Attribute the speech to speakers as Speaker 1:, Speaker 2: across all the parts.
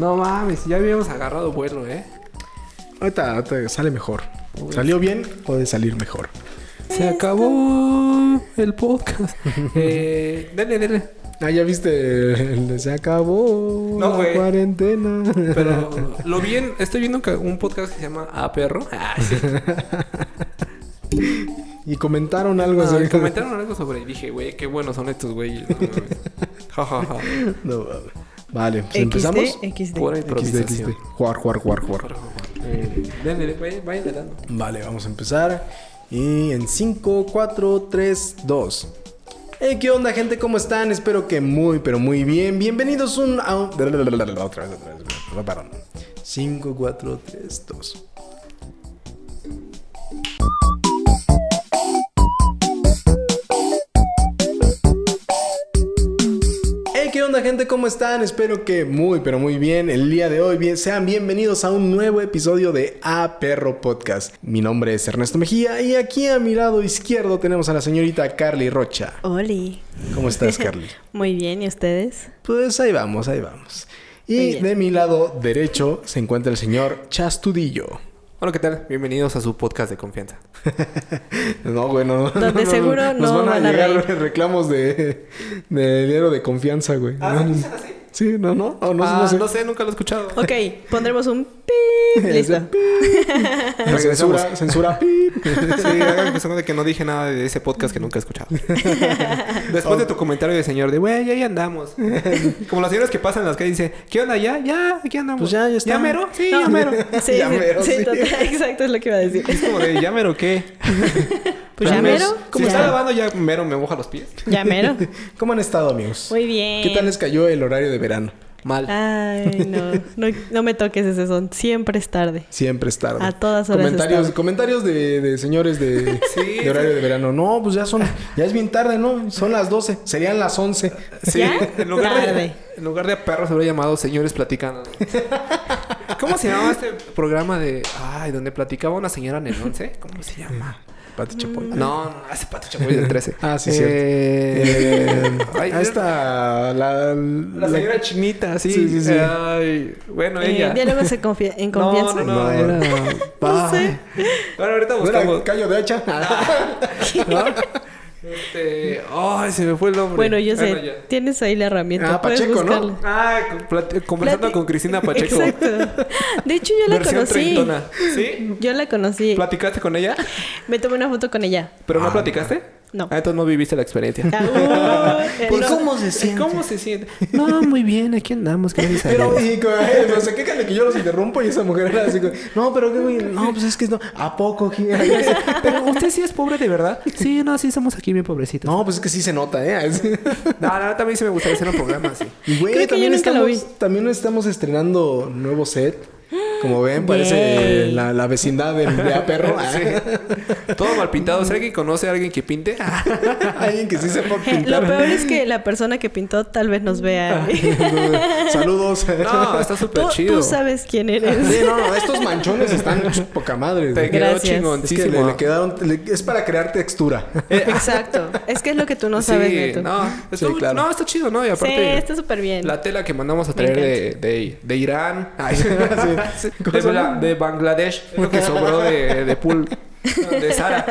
Speaker 1: No mames, ya habíamos agarrado vuelo, ¿eh?
Speaker 2: Ahorita, ahorita sale mejor. Salió bien, puede salir mejor.
Speaker 1: Se acabó el podcast. eh, dale, dale.
Speaker 2: Ah, ya viste, el de se acabó
Speaker 1: No,
Speaker 2: la
Speaker 1: güey.
Speaker 2: cuarentena.
Speaker 1: Pero lo vi en- estoy viendo que un podcast que se llama A Perro. Ah, sí.
Speaker 2: y comentaron algo
Speaker 1: No,
Speaker 2: acerca de-
Speaker 1: comentaron algo sobre. Dije, güey, qué buenos son estos güeyes. no mames. Ja, ja, ja.
Speaker 2: No, vale. vale, pues
Speaker 3: XD,
Speaker 2: empezamos.
Speaker 3: XD.
Speaker 1: Pura
Speaker 2: XD,
Speaker 1: improvisación.
Speaker 2: XD. Jugar, jugar, jugar, jugar.
Speaker 1: Por favor. Eh, Dale, dale, vayan- vayan dando.
Speaker 2: Vale, vamos a empezar. Y en 5, 4, 3, 2. Hey, ¿qué onda, gente? ¿Cómo están? Espero que muy, pero muy bien. Bienvenidos un, a un. Otra vez, otra vez. No pararon. 5, 4, 3, 2. Hey, ¿qué onda gente? ¿Cómo están? Espero que muy, pero muy bien. El día de hoy bien, sean bienvenidos a un nuevo episodio de A Perro Podcast. Mi nombre es Ernesto Mejía y aquí a mi lado izquierdo tenemos a la señorita Carly Rocha.
Speaker 3: Oli.
Speaker 2: ¿Cómo estás, Carly?
Speaker 3: Muy bien, ¿y ustedes?
Speaker 2: Pues ahí vamos, ahí vamos.
Speaker 3: Muy
Speaker 2: Y
Speaker 3: bien.
Speaker 2: de mi lado derecho se encuentra el señor Chastudillo.
Speaker 1: Hola, ¿qué tal? Bienvenidos a su podcast de confianza.
Speaker 2: No, bueno.
Speaker 3: Donde seguro
Speaker 2: Nos
Speaker 3: no
Speaker 2: van a
Speaker 3: van a
Speaker 2: llegar
Speaker 3: reír.
Speaker 2: reclamos de, de dinero de confianza, güey. No, Sí, no, no. o no,
Speaker 1: Ah,
Speaker 2: no sé.
Speaker 1: nunca lo he escuchado.
Speaker 3: Ok, pondremos un pip. Listo.
Speaker 2: Ese pip. censura, censura, pip.
Speaker 1: Sí, hagan que suene de que no dije nada de ese podcast que nunca he escuchado. Después de tu comentario de señor de, güey, ahí andamos. Como las señoras que pasan en las calles y dicen, ¿qué onda? ¿Ya? ¿Ya? ¿Aquí andamos?
Speaker 2: Pues ya, ya está.
Speaker 1: ¿Ya mero? Sí,
Speaker 3: No.
Speaker 1: ya mero.
Speaker 3: Sí,
Speaker 2: Ya
Speaker 3: sí,
Speaker 2: mero,
Speaker 3: sí,
Speaker 2: sí. Pues
Speaker 3: total, exacto, es lo que iba a decir.
Speaker 1: Es como de, ¿ya mero qué?
Speaker 3: Pues
Speaker 1: O sea,
Speaker 3: ya
Speaker 1: me-
Speaker 3: mero,
Speaker 1: Si
Speaker 3: ¿cómo
Speaker 1: está
Speaker 3: está?
Speaker 1: lavando, ya mero me moja los pies.
Speaker 3: Ya mero.
Speaker 2: ¿Cómo han estado, amigos?
Speaker 3: Muy bien.
Speaker 2: ¿Qué tal les cayó el horario de verano?
Speaker 1: Mal.
Speaker 3: Ay, no, no, no me toques ese son, siempre es tarde.
Speaker 2: Siempre es tarde.
Speaker 3: A todas horas es
Speaker 2: Comentarios,
Speaker 3: tarde.
Speaker 2: comentarios de, de señores de,
Speaker 1: Sí.
Speaker 2: de horario de verano. No, pues ya son, ya es bien tarde, ¿no? Son las 12, serían las 11.
Speaker 1: Sí,
Speaker 3: ¿Ya?
Speaker 1: en lugar, de,
Speaker 3: Tarde.
Speaker 1: en lugar de a perros se hubiera llamado señores platicando. ¿Cómo se llamaba este programa de. Ay, donde platicaba una señora en el 11? ¿Cómo se llama?
Speaker 2: Pati Chapoy.
Speaker 3: Mm.
Speaker 1: No, no, hace pato chamoy del 13.
Speaker 2: Ah, sí, cierto.
Speaker 1: Eh,
Speaker 2: Eh,
Speaker 1: ay,
Speaker 2: ahí está la,
Speaker 1: La señora chinita, sí.
Speaker 2: Sí, sí, sí.
Speaker 1: Ay, bueno,
Speaker 3: Eh,
Speaker 1: ella.
Speaker 3: diálogos en, confia- en
Speaker 1: No,
Speaker 3: confianza.
Speaker 1: no,
Speaker 2: No,
Speaker 1: era-
Speaker 2: pa-
Speaker 3: sé.
Speaker 1: Bueno, ahorita
Speaker 2: ¿No era
Speaker 1: buscamos. Ah.
Speaker 2: callo de hacha.
Speaker 1: ¿no? Este, ay, se me fue el nombre.
Speaker 3: Bueno, yo sé,
Speaker 1: ya.
Speaker 3: tienes ahí la herramienta.
Speaker 2: Ah,
Speaker 3: puedes
Speaker 2: Pacheco, ¿no?
Speaker 3: buscarla.
Speaker 1: Ah, con- plati- conversando
Speaker 3: Plati-
Speaker 1: con Cristina Pacheco.
Speaker 3: Exacto. De hecho, yo la
Speaker 1: versión
Speaker 3: conocí.
Speaker 1: treintona. ¿Sí?
Speaker 3: Yo la conocí.
Speaker 1: ¿Platicaste con ella?
Speaker 3: Me tomé una foto con ella.
Speaker 1: ¿Pero no platicaste?
Speaker 3: No.
Speaker 1: Ah, entonces no viviste la experiencia.
Speaker 3: Ah, uh,
Speaker 2: Pues,
Speaker 3: eh, no.
Speaker 1: se siente? Pues, ¿Cómo se siente? No, muy bien, aquí andamos, qué bien
Speaker 2: Pero, y, co- eh, o sea, se quejan de que yo los interrumpo y esa mujer era así, co- no, pero qué güey, no, pues es que no, ¿a poco? Gil?
Speaker 1: Pero usted sí es pobre de verdad. Sí, no, sí somos aquí bien pobrecitos.
Speaker 2: No, pues es que sí se nota, ¿eh? Es-
Speaker 1: No, no, también sí me gustaría hacer un programa así.
Speaker 2: Y güey,
Speaker 3: Creo que
Speaker 2: también,
Speaker 3: yo nunca lo
Speaker 2: estamos, también estamos estrenando nuevo set. Como ven, parece
Speaker 3: Yay.
Speaker 2: la, la vecindad de, de A Perro.
Speaker 1: Todo mal pintado. ¿Será que conoce a alguien que pinte?
Speaker 2: Alguien que sí sepa
Speaker 3: Eh, Lo
Speaker 2: pintar.
Speaker 3: peor es que la persona que pintó tal vez nos vea.
Speaker 1: Ah,
Speaker 3: ¿eh?
Speaker 2: Saludos.
Speaker 1: No, está
Speaker 3: tú,
Speaker 1: súper
Speaker 3: tú
Speaker 1: chido.
Speaker 3: sabes quién eres.
Speaker 2: Sí, no, no, estos manchones están poca
Speaker 1: Te
Speaker 2: madre. güey.
Speaker 1: quedó
Speaker 2: Es
Speaker 3: Gracias.
Speaker 2: que le,
Speaker 1: chingoncísimo.
Speaker 2: le quedaron... le- es para crear textura.
Speaker 3: Exacto. Es que es lo que tú no sabes,
Speaker 1: Eh, sí,
Speaker 3: Neto.
Speaker 1: no, estuvo-
Speaker 2: claro.
Speaker 1: no, está chido, ¿no? Y
Speaker 3: sí,
Speaker 1: aparte,
Speaker 3: está súper bien.
Speaker 1: la tela que mandamos a traer de, de, de Irán, Ay, sí. de,
Speaker 2: ¿Cómo
Speaker 1: Bla- de Bangladesh, es lo que sobró de, de Pool, de Sara.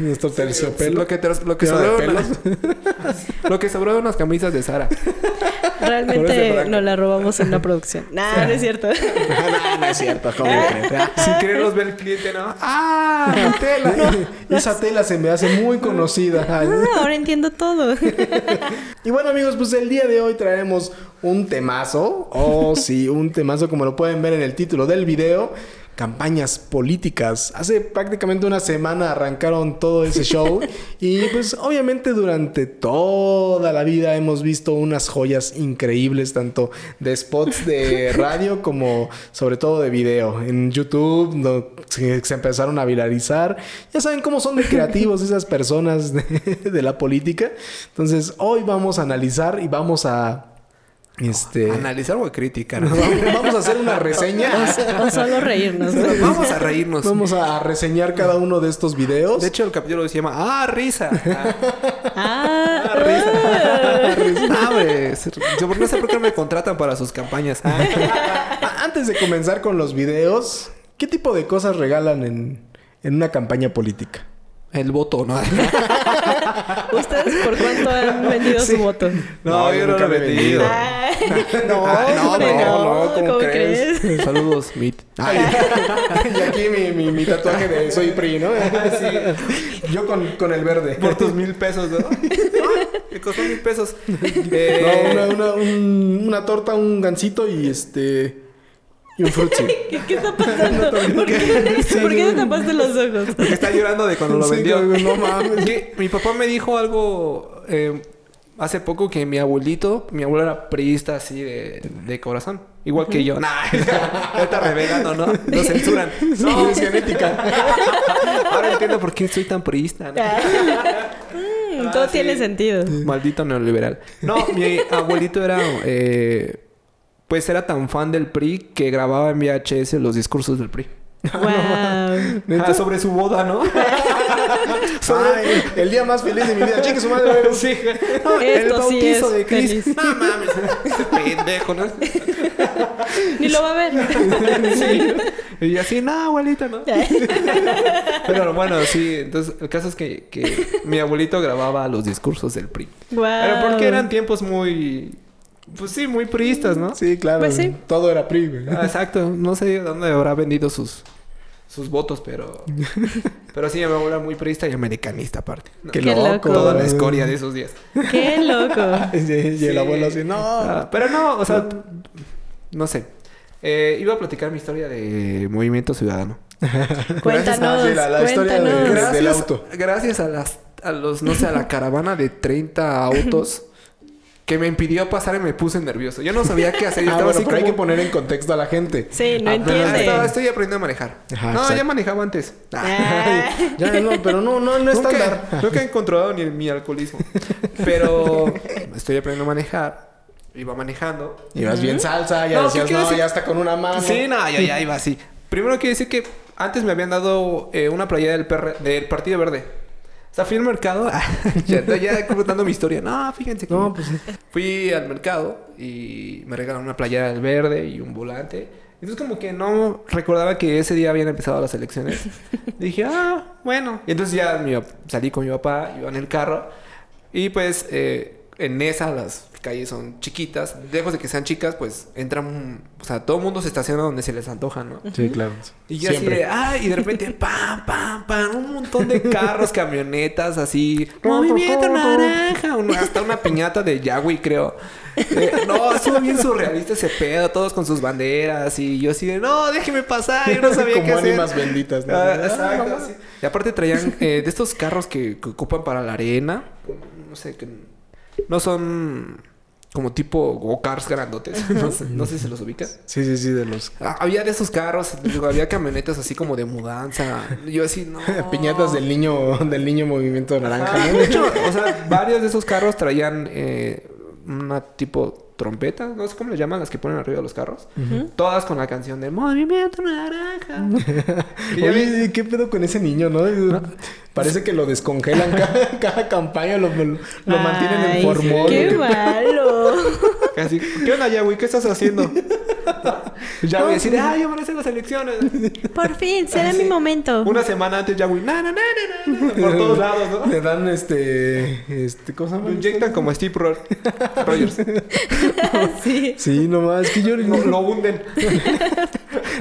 Speaker 2: Nuestro terciopelo.
Speaker 1: Lo que, tras- lo que
Speaker 2: Lleno de
Speaker 1: sobró de
Speaker 2: pelos.
Speaker 1: unas- lo que sobró de unas camisas de Sara. Por eso es
Speaker 3: Realmente
Speaker 1: blanco.
Speaker 3: nos la robamos en una producción. Nah, no es cierto.
Speaker 2: no, no es cierto. ¿Cómo creen?
Speaker 1: Sin querer los ve el cliente, ¿no? ¡Ah! la tela!
Speaker 2: Esa tela se me hace muy conocida.
Speaker 3: Ah, ahora entiendo todo.
Speaker 2: Y bueno amigos, pues el día de hoy traemos un temazo, oh sí, un temazo como lo pueden ver en el título del video, campañas políticas. Hace prácticamente una semana arrancaron todo ese show y pues obviamente durante toda la vida hemos visto unas joyas increíbles tanto de spots de radio como sobre todo de video en YouTube no, se, se empezaron a viralizar. Ya saben cómo son de creativos esas personas de, de la política. Entonces, hoy vamos a analizar y vamos a. Este.
Speaker 1: Analizar o criticar.
Speaker 2: Vamos a hacer una reseña.
Speaker 3: o solo reírnos. ¿no?
Speaker 1: Vamos a reírnos.
Speaker 2: Vamos a reseñar cada uno de estos videos.
Speaker 1: De hecho, el capítulo se llama ¡Ah, risa! Ah,
Speaker 3: Ah,
Speaker 1: risa. Risnaves. Yo no sé por qué no me contratan para sus campañas. Ah,
Speaker 2: A- Antes de comenzar con los videos, ¿qué tipo de cosas regalan en, en una campaña política?
Speaker 1: El voto, ¿no? Ah,
Speaker 3: ah. ¿Ustedes por cuánto han vendido
Speaker 1: Sí.
Speaker 3: su voto?
Speaker 2: No, yo nunca
Speaker 1: lo he
Speaker 2: lo he
Speaker 1: vendido.
Speaker 2: vendido.
Speaker 3: Ah,
Speaker 2: No,
Speaker 1: Ay, no,
Speaker 2: hombre,
Speaker 1: no,
Speaker 3: no, ¿cómo crees?
Speaker 1: Saludos, Meet.
Speaker 2: Ay, y aquí mi, mi, mi tatuaje de soy PRI, ¿no? Yo con, con el verde.
Speaker 1: Por tus mil pesos, ¿no? Me costó mil pesos.
Speaker 2: No,
Speaker 1: Eh,
Speaker 2: una, una, un- una torta, un gancito y este. Y un frutzi.
Speaker 3: ¿Qué, qué está pasando? ¿Por qué, ¿Por qué te tapaste los ojos?
Speaker 1: Porque está llorando de cuando lo
Speaker 2: Sí,
Speaker 1: vendió.
Speaker 2: como, no mames.
Speaker 1: Que mi papá me dijo algo eh, hace poco que mi abuelito, mi abuelo era priista así de, de corazón. Igual que yo. Nah, ya está revelando, ¿no? Lo censuran.
Speaker 2: No, es genética.
Speaker 1: Ahora entiendo por qué soy tan priista. ¿no?
Speaker 3: Ah. Mm,
Speaker 1: Ah,
Speaker 3: todo tiene sentido.
Speaker 1: Maldito neoliberal. No, mi abuelito era... eh, pues era tan fan del PRI que grababa en VHS los discursos del PRI.
Speaker 3: Wow.
Speaker 1: Ah, sobre su boda, ¿no?
Speaker 2: Ay, el día más feliz de mi vida. Chique su madre. güey.
Speaker 1: Sí. No, el
Speaker 3: Esto sí
Speaker 1: bautizo
Speaker 3: es
Speaker 1: de Cris.
Speaker 3: feliz.
Speaker 1: No mames. Ese pendejo, ¿no?
Speaker 3: Ni lo va a ver.
Speaker 1: Sí. Y así, no, abuelita, ¿no? Pero bueno, sí. Entonces, el caso es que, que mi abuelito grababa los discursos del PRI.
Speaker 3: Wow.
Speaker 1: Pero
Speaker 3: Ah.
Speaker 1: porque eran tiempos muy... Pues sí, muy priistas, ¿no?
Speaker 2: Sí, claro.
Speaker 3: Pues sí.
Speaker 2: Todo era PRI, güey.
Speaker 1: Ah, exacto. No sé dónde habrá vendido sus... Sus votos, pero... Pero sí, mi abuelo era muy priista y americanista, aparte. ¿no?
Speaker 3: Qué loco.
Speaker 1: Toda la escoria de esos días.
Speaker 3: Qué loco.
Speaker 2: Y, Ah, y
Speaker 1: Sí.
Speaker 2: el abuelo así, no.
Speaker 1: Ah, pero no, o sea, no sé. Eh, iba a platicar mi historia de Movimiento Ciudadano.
Speaker 3: Cuéntanos.
Speaker 2: Ah, sí, la- la historia de-
Speaker 3: cuéntanos.
Speaker 2: Gracias. Del auto.
Speaker 1: Gracias a las, a los, no sé, a la caravana de 30 autos que me impidió pasar y me puse nervioso. Yo no sabía qué hacer. Yo
Speaker 2: Ah,
Speaker 1: estaba
Speaker 2: bueno,
Speaker 1: así
Speaker 2: pero hay
Speaker 1: como-
Speaker 2: que poner en contexto a la gente.
Speaker 3: Sí, no
Speaker 1: Ah,
Speaker 3: entiende.
Speaker 1: estaba- estoy aprendiendo a manejar.
Speaker 2: Ajá,
Speaker 1: no,
Speaker 2: exacto.
Speaker 1: ya manejaba antes. Ah.
Speaker 3: Ah.
Speaker 2: Ya, no, pero no, no, no
Speaker 1: nunca,
Speaker 2: estándar.
Speaker 1: nunca he controlado ni mi alcoholismo. Pero estoy aprendiendo a manejar. Iba manejando.
Speaker 2: Y vas bien salsa, ya
Speaker 1: No, ¿qué
Speaker 2: decías,
Speaker 1: quiero
Speaker 2: no,
Speaker 1: decir?
Speaker 2: ya está con una mano.
Speaker 1: Sí, no, ya, ya iba así. Primero quiero decir que antes me habían dado eh, una playera del, PR del Partido Verde. O sea, fui al mercado. Ah, ya, ya contando mi historia. No, fíjense que.
Speaker 2: No, pues sí.
Speaker 1: Fui al mercado y me regalaron una playera del verde y un volante. Entonces, como que no recordaba que ese día habían empezado las elecciones. Dije, ah, bueno. Y entonces ya mi pap- salí con mi papá, iba en el carro. Y pues eh, en esa las calles son chiquitas. Lejos de que sean chicas, pues entran. O sea, todo el mundo se estaciona donde se les antoja, ¿no?
Speaker 2: Sí, claro.
Speaker 1: Y yo así de, ah, y de repente, pam, pam, pam, un montón de carros, camionetas, así, movimiento naranja, un- hasta una piñata de Yahweh, creo. Eh, no, estuvo bien surrealista ese pedo, todos con sus banderas, y yo así de, no, déjeme pasar, yo no sabía
Speaker 2: Como
Speaker 1: qué hacer.
Speaker 2: ánimas benditas, ¿no?
Speaker 1: Ah, exacto, sí. Y aparte traían eh, de estos carros que, que ocupan para la arena, no sé, que no son como tipo go-karts grandotes, no sé, no sé si se los ubican.
Speaker 2: Sí, sí, sí, de los
Speaker 1: Ah, Había de esos carros, digo, había camionetas así como de mudanza. Yo así, no.
Speaker 2: piñatas del niño, del niño movimiento naranja.
Speaker 1: Ah, de hecho, o sea, varios de esos carros traían eh, una tipo trompeta, no sé cómo le llaman las que ponen arriba de los carros. Todas con la canción de Movimiento Naranja. Que ya vi-
Speaker 2: Oye, ¿qué pedo con ese niño, no? Parece que lo descongelan cada, cada campaña, lo, lo mantienen en
Speaker 3: Ay,
Speaker 2: formol.
Speaker 3: Qué malo.
Speaker 1: Así, ¿qué onda, Yahweh? ¿Qué estás haciendo? ya voy a decir, ah, yo voy a hacer las elecciones.
Speaker 3: Por fin, será mi momento.
Speaker 1: Ah, Una semana antes, Yahweh, na, na, na, na, na, na, por todos lados, ¿no?
Speaker 2: Le dan este, este, ¿cómo se
Speaker 1: Lo
Speaker 2: llama?
Speaker 1: inyectan como Steve Ro- Rogers.
Speaker 3: Ah, Sí.
Speaker 2: Sí, nomás, es que yo
Speaker 1: Lo, lo hunden.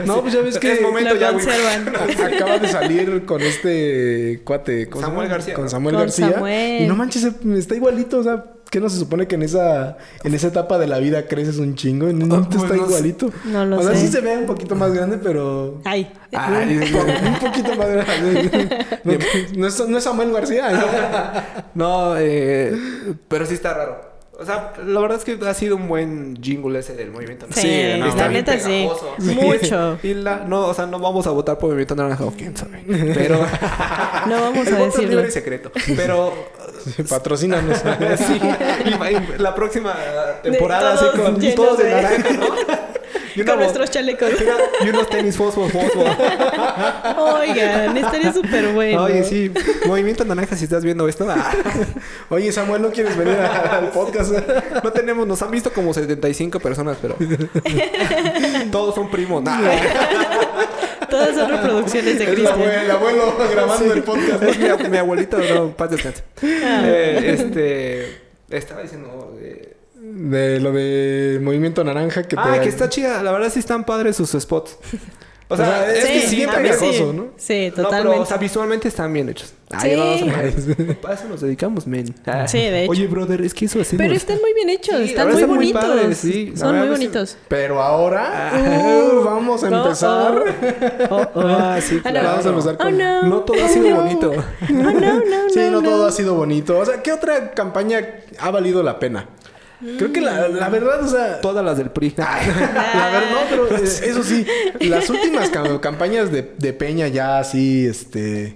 Speaker 2: No, pues ya ves que
Speaker 1: Es momento
Speaker 3: Lo
Speaker 1: ya, güey.
Speaker 3: conservan.
Speaker 2: acaba de salir con este cuate. ¿cómo se
Speaker 1: Samuel
Speaker 2: llama?
Speaker 1: García,
Speaker 2: Con
Speaker 1: ¿no?
Speaker 2: Samuel
Speaker 3: Con
Speaker 2: García.
Speaker 3: Samuel.
Speaker 2: Y no manches, se- está igualito, o sea, ¿qué no se supone que en esa, en esa etapa de la vida creces un chingo? Y No, no te
Speaker 1: pues
Speaker 2: está
Speaker 1: no sé.
Speaker 2: igualito.
Speaker 3: No lo
Speaker 2: o sea,
Speaker 3: sé.
Speaker 2: sí se ve un poquito más grande, pero...
Speaker 3: Ay.
Speaker 1: Ay,
Speaker 2: un poquito más grande. No, no es, no es Samuel García.
Speaker 1: no, eh, pero sí está raro. O sea, la verdad es que ha sido un buen jingle ese del movimiento.
Speaker 3: Sí,
Speaker 1: no,
Speaker 3: la
Speaker 1: está bien
Speaker 3: neta sí.
Speaker 1: pegajoso.
Speaker 3: Mucho.
Speaker 1: Y la, no, o sea, no vamos a votar por Movimiento Naranja, o quién sabe. Pero
Speaker 3: No vamos
Speaker 1: el
Speaker 3: a
Speaker 1: voto es
Speaker 3: decirlo.
Speaker 1: libre y secreto. Pero
Speaker 2: Patrocínanos.
Speaker 1: sí, y va- y la próxima temporada
Speaker 3: todos
Speaker 1: así con
Speaker 3: llenos
Speaker 1: todos de
Speaker 3: de-
Speaker 1: naranja, ¿no? Y una
Speaker 3: con
Speaker 1: bo-
Speaker 3: nuestros chalecos.
Speaker 1: Y unos tenis fosfo, fosfo.
Speaker 3: Oigan, estaría súper bueno.
Speaker 1: Oye, "Ah". sí. Movimiento naranja, si estás viendo esto. ah.
Speaker 2: Oye, Samuel, ¿no quieres venir a- al podcast?
Speaker 1: No tenemos, nos han visto como 75 personas, pero. Todos son primos. nah.
Speaker 3: Todas son reproducciones de
Speaker 2: Es la abue-
Speaker 3: Cristian.
Speaker 2: el abuelo, grabando el podcast.
Speaker 1: Es pues, mi, mi abuelito, no, paz descanse.
Speaker 3: Ah.
Speaker 1: Eh, este. Estaba diciendo. eh,
Speaker 2: De lo de Movimiento Naranja que
Speaker 1: ah,
Speaker 2: te-
Speaker 1: que está chida. La verdad sí están padres sus spots. O sea,
Speaker 2: O sea,
Speaker 1: es que
Speaker 2: sí,
Speaker 1: sí,
Speaker 3: a
Speaker 2: también.
Speaker 1: pegajoso.
Speaker 3: mí
Speaker 2: pegajoso, ¿no?
Speaker 3: Sí,
Speaker 1: No, pero, o
Speaker 3: totalmente.
Speaker 1: sea, visualmente están bien hechos. Ah,
Speaker 3: Sí.
Speaker 1: vamos a- a eso nos dedicamos, men. Ah.
Speaker 3: Sí, de hecho.
Speaker 1: Oye, brother, es que eso hacemos.
Speaker 3: Pero este, están muy bien hechos,
Speaker 1: Sí, la
Speaker 3: están
Speaker 1: verdad
Speaker 3: muy
Speaker 1: están muy
Speaker 3: bonitos.
Speaker 1: padres, sí. La
Speaker 3: Son
Speaker 1: verdad,
Speaker 3: muy
Speaker 1: sí.
Speaker 3: bonitos.
Speaker 2: Pero ahora
Speaker 3: Ah.
Speaker 2: uh, vamos a
Speaker 3: Oh,
Speaker 2: empezar.
Speaker 3: Oh, oh.
Speaker 1: Ah, sí,
Speaker 3: Ah, no.
Speaker 1: claro.
Speaker 2: Vamos a empezar
Speaker 3: Oh,
Speaker 2: con...
Speaker 3: no.
Speaker 1: No todo ha sido
Speaker 3: No.
Speaker 1: bonito.
Speaker 3: Oh, no, no, no.
Speaker 2: Sí, no,
Speaker 3: no.
Speaker 2: todo ha sido bonito. O sea, ¿qué otra campaña ha valido la pena? Creo que la, la verdad, o sea...
Speaker 1: Todas las del PRI.
Speaker 3: Ah.
Speaker 2: La verdad, no, pero eh, eso sí, las últimas cam- campañas de, de Peña ya así, este...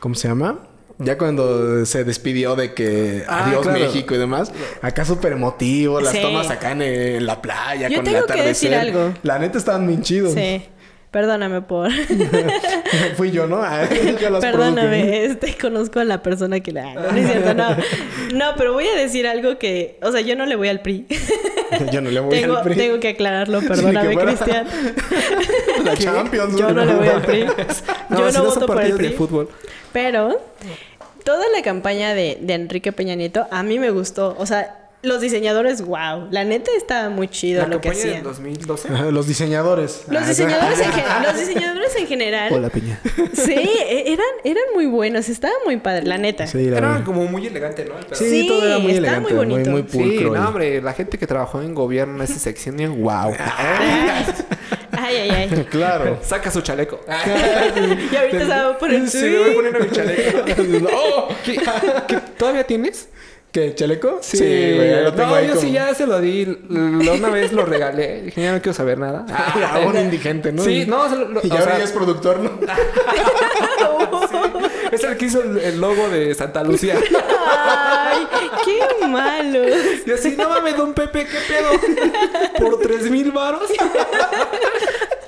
Speaker 2: ¿Cómo se llama? Ya cuando se despidió de que
Speaker 1: Ah,
Speaker 2: adiós
Speaker 1: claro.
Speaker 2: México y demás, acá súper emotivo, las
Speaker 3: Sí.
Speaker 2: tomas acá en, en la playa
Speaker 3: Yo
Speaker 2: con el
Speaker 3: tengo que decir
Speaker 2: atardecer.
Speaker 3: algo.
Speaker 2: La neta estaban bien chidos.
Speaker 3: Sí. Perdóname por.
Speaker 2: Fui yo, ¿no? Ah, yo las produje.
Speaker 3: Perdóname, este conozco a la persona que la. No, no es cierto, no. No, pero voy a decir algo que. O sea, yo no le voy al PRI.
Speaker 2: Yo no le voy
Speaker 3: tengo,
Speaker 2: al PRI.
Speaker 3: tengo que aclararlo, perdóname,
Speaker 2: que fuera-
Speaker 3: Cristian.
Speaker 2: La Champions.
Speaker 3: Yo no le voy al PRI. yo
Speaker 1: si
Speaker 3: no
Speaker 1: son
Speaker 3: voto por el
Speaker 1: partidos
Speaker 3: PRI.
Speaker 1: de fútbol.
Speaker 3: Pero toda la campaña de, de Enrique Peña Nieto a mí me gustó. O sea, los diseñadores, wow. La neta estaba muy chido
Speaker 1: La
Speaker 3: lo que
Speaker 1: campaña del
Speaker 3: hacían. Los,
Speaker 1: 2012.
Speaker 2: Ajá, Los diseñadores. Ah,
Speaker 3: diseñadores en gen- los diseñadores en general,
Speaker 1: Hola, Peña.
Speaker 3: sí, e- eran, eran muy buenos. Estaba muy padre, la neta.
Speaker 2: Sí, la
Speaker 1: Era
Speaker 2: verdad.
Speaker 1: como muy elegante, ¿no? El pedo.
Speaker 2: Sí,
Speaker 3: Sí,
Speaker 2: todo era muy
Speaker 3: está
Speaker 2: elegante.
Speaker 3: muy
Speaker 2: Muy,
Speaker 3: bonito.
Speaker 2: muy
Speaker 1: Sí,
Speaker 2: pulcro.
Speaker 1: no, hombre, la gente que trabajó en gobierno en ese sexenio, wow. Ah,
Speaker 3: Ay, ay, ay.
Speaker 2: Claro.
Speaker 1: Saca su chaleco.
Speaker 3: Y ahorita se va a poner.
Speaker 1: Ah, Sí, me voy poniendo mi chaleco.
Speaker 2: ¡Oh!
Speaker 1: ¿Qué, qué, todavía tienes?
Speaker 2: ¿Qué? ¿Chaleco?
Speaker 1: güey,
Speaker 2: lo tengo
Speaker 1: no,
Speaker 2: ahí
Speaker 1: yo
Speaker 2: como-
Speaker 1: sí ya se lo di. l- l- Una vez lo regalé. Dije, ya no quiero saber nada.
Speaker 2: Ah, a un indigente, ¿no?
Speaker 1: Sí, no, se lo- lo-
Speaker 2: Y
Speaker 1: o
Speaker 2: ahora
Speaker 1: sea-
Speaker 2: ya es productor, ¿no?
Speaker 1: Es el que hizo el, el logo de Santa Lucía.
Speaker 3: Ay, qué malo.
Speaker 1: Y así, no mames, don Pepe, ¿qué pedo? ¿Por tres mil varos?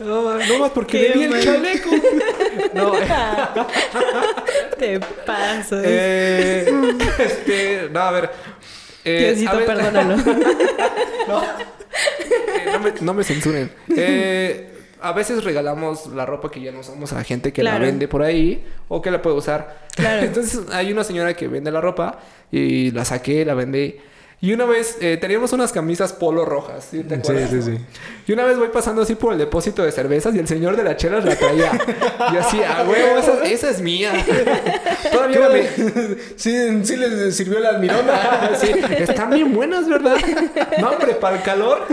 Speaker 1: No, no más porque
Speaker 3: Qué
Speaker 1: le di
Speaker 3: mal.
Speaker 1: el chaleco. No, eh,
Speaker 3: Te pasas.
Speaker 1: eh, este, no, a ver. Eh, a
Speaker 3: Diosito,
Speaker 1: ver,
Speaker 3: perdónalo.
Speaker 1: eh, no, me, no me censuren. Eh, a veces regalamos la ropa que ya no usamos a gente que
Speaker 3: Claro.
Speaker 1: la vende por ahí o que la puede usar.
Speaker 3: Claro.
Speaker 1: Entonces hay una señora que vende la ropa y la saqué, la vendí. Y una vez eh, teníamos unas camisas polo rojas. ¿sí te
Speaker 2: Sí,
Speaker 1: acuerdas?
Speaker 2: sí, sí.
Speaker 1: Y una vez voy pasando así por el depósito de cervezas y el señor de las chelas la traía. Y así, a huevo, esa, esa es mía. Todavía
Speaker 2: Creo
Speaker 1: me...
Speaker 2: que- sí, sí les sirvió la almidona.
Speaker 1: Sí, están bien buenas, ¿verdad? No, hombre, para el calor.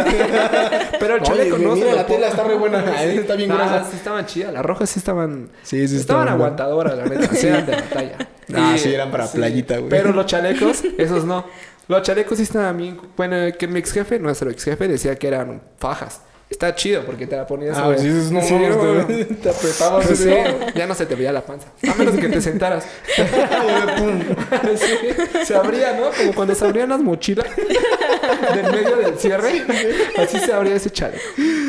Speaker 1: Pero el chaleco
Speaker 2: Oye,
Speaker 1: no se
Speaker 2: mira,
Speaker 1: lo
Speaker 2: la tela
Speaker 1: pongo.
Speaker 2: está re buena. Está bien
Speaker 1: Ah,
Speaker 2: gruesa.
Speaker 1: sí estaban chidas. Las rojas sí estaban...
Speaker 2: Sí, sí
Speaker 1: Estaban
Speaker 2: estaban buenas.
Speaker 1: aguantadoras, la neta. Sí eran de batalla.
Speaker 2: Ah,
Speaker 1: Y-
Speaker 2: sí, eran para playita, güey.
Speaker 1: Pero los chalecos, esos no. Los chalecos sí estaban bien... Bueno, que mi ex jefe, nuestro ex jefe, decía que eran fajas. Está chido porque te la ponías...
Speaker 2: Ah,
Speaker 1: sobre-
Speaker 2: sí, es- no
Speaker 1: Sí,
Speaker 2: mames,
Speaker 1: bueno.
Speaker 2: te- te apretabas
Speaker 1: Sí,
Speaker 2: así.
Speaker 1: ya no se te veía la panza. A menos que te sentaras. Sí, se abría, ¿no? Como cuando se abrían las mochilas del medio del cierre. Así se abría ese chaleco.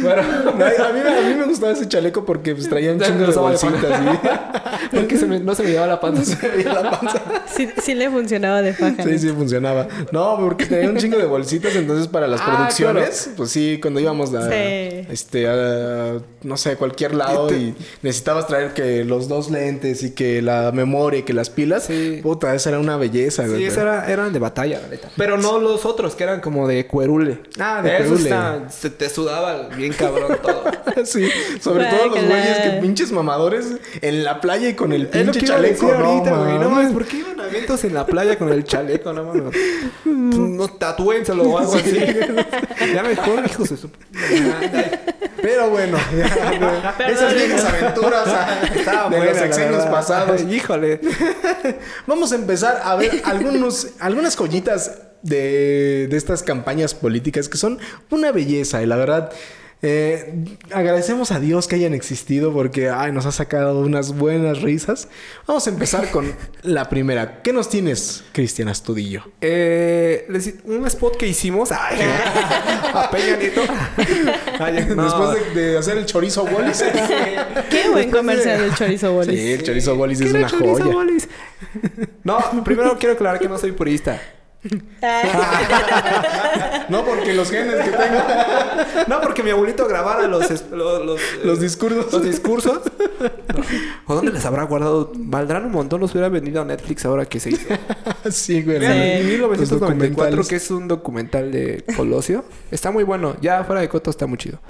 Speaker 1: Bueno,
Speaker 2: No, a, mí, me- a mí me gustaba ese chaleco porque pues, traía un chingo de
Speaker 1: Usaba de
Speaker 2: bolsitas.
Speaker 1: porque se me- no se me llevaba la panza.
Speaker 2: Y la panza.
Speaker 3: Sí, sí le funcionaba de faja.
Speaker 2: Sí, sí funcionaba. No, porque tenía un chingo de bolsitas, entonces para las
Speaker 1: Ah,
Speaker 2: producciones, pues sí, cuando íbamos a,
Speaker 3: Sí.
Speaker 2: este, a, no sé, cualquier lado
Speaker 1: Y te-
Speaker 2: y necesitabas traer que los dos lentes y que la memoria y que las pilas,
Speaker 1: Sí.
Speaker 2: puta, esa era una belleza, güey.
Speaker 1: Sí, esos era- eran de batalla, la neta. Pero no los otros, que eran como de cuerule.
Speaker 2: Ah, de
Speaker 1: Esos
Speaker 2: cuerule.
Speaker 1: estaban- se te sudaba bien cabrón todo.
Speaker 2: Sí, sobre todo los
Speaker 3: Guácala.
Speaker 2: güeyes que pinches mamadores en la playa y con el
Speaker 1: Es lo que
Speaker 2: pinche
Speaker 1: iba a decir
Speaker 2: chaleco,
Speaker 1: ahorita, güey. No
Speaker 2: mames.
Speaker 1: mames, ¿por qué iban a eventos en la playa con el chaleco? No mames. No, tatúenselo o algo así. Ah, Ya mejor, hijos de su...
Speaker 2: Pero bueno, ya, güey. esas viejas aventuras ah, de los sexenios pasados.
Speaker 1: Híjole.
Speaker 2: Vamos a empezar a ver algunos, algunas joyitas de, de estas campañas políticas que son una belleza y la verdad Eh, agradecemos a Dios que hayan existido porque ay, nos ha sacado unas buenas risas. Vamos a empezar con la primera. ¿Qué nos tienes, Cristian Astudillo?
Speaker 1: Eh, les- un spot que hicimos. Ay, a Peña Nieto. Ay, ya- no.
Speaker 2: Después de, de hacer el chorizo Wallis.
Speaker 3: Qué buen comercial del chorizo bolis.
Speaker 2: sí, el chorizo Wallis es
Speaker 1: ¿Qué era
Speaker 2: una
Speaker 1: chorizo,
Speaker 2: joya.
Speaker 1: Wallis? No, primero quiero aclarar que no soy purista.
Speaker 2: No porque los genes que tengo,
Speaker 1: No, porque mi abuelito grabara los, es- lo- los, eh,
Speaker 2: los discursos.
Speaker 1: los discursos. ¿O dónde les habrá guardado? Valdrán un montón, los hubiera vendido a Netflix ahora que se hizo.
Speaker 2: Ah, sí, güey.
Speaker 1: Vean, en
Speaker 2: Los
Speaker 1: 1994,
Speaker 2: documentales.
Speaker 1: que es un documental de Colosio. Está muy bueno. Ya fuera de coto está muy chido.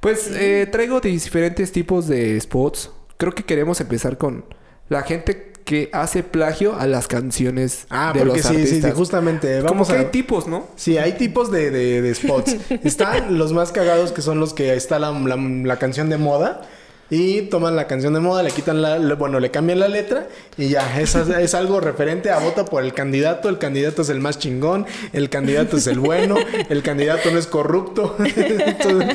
Speaker 1: Pues eh, traigo diferentes tipos de spots. Creo que queremos empezar con la gente que hace plagio a las canciones
Speaker 2: Ah,
Speaker 1: de
Speaker 2: porque
Speaker 1: los
Speaker 2: sí, sí,
Speaker 1: artistas.
Speaker 2: sí, justamente.
Speaker 1: Como
Speaker 2: Vamos
Speaker 1: que
Speaker 2: a...
Speaker 1: hay tipos, ¿no?
Speaker 2: Sí, hay tipos de, de- de spots. Están los más cagados que son los que está la, la- la canción de moda. Y toman la canción de moda, le quitan la... le- bueno, le cambian la letra y ya. Es, es algo referente a vota por el candidato. El candidato es el más chingón. El candidato es el bueno. El candidato no es corrupto. Entonces,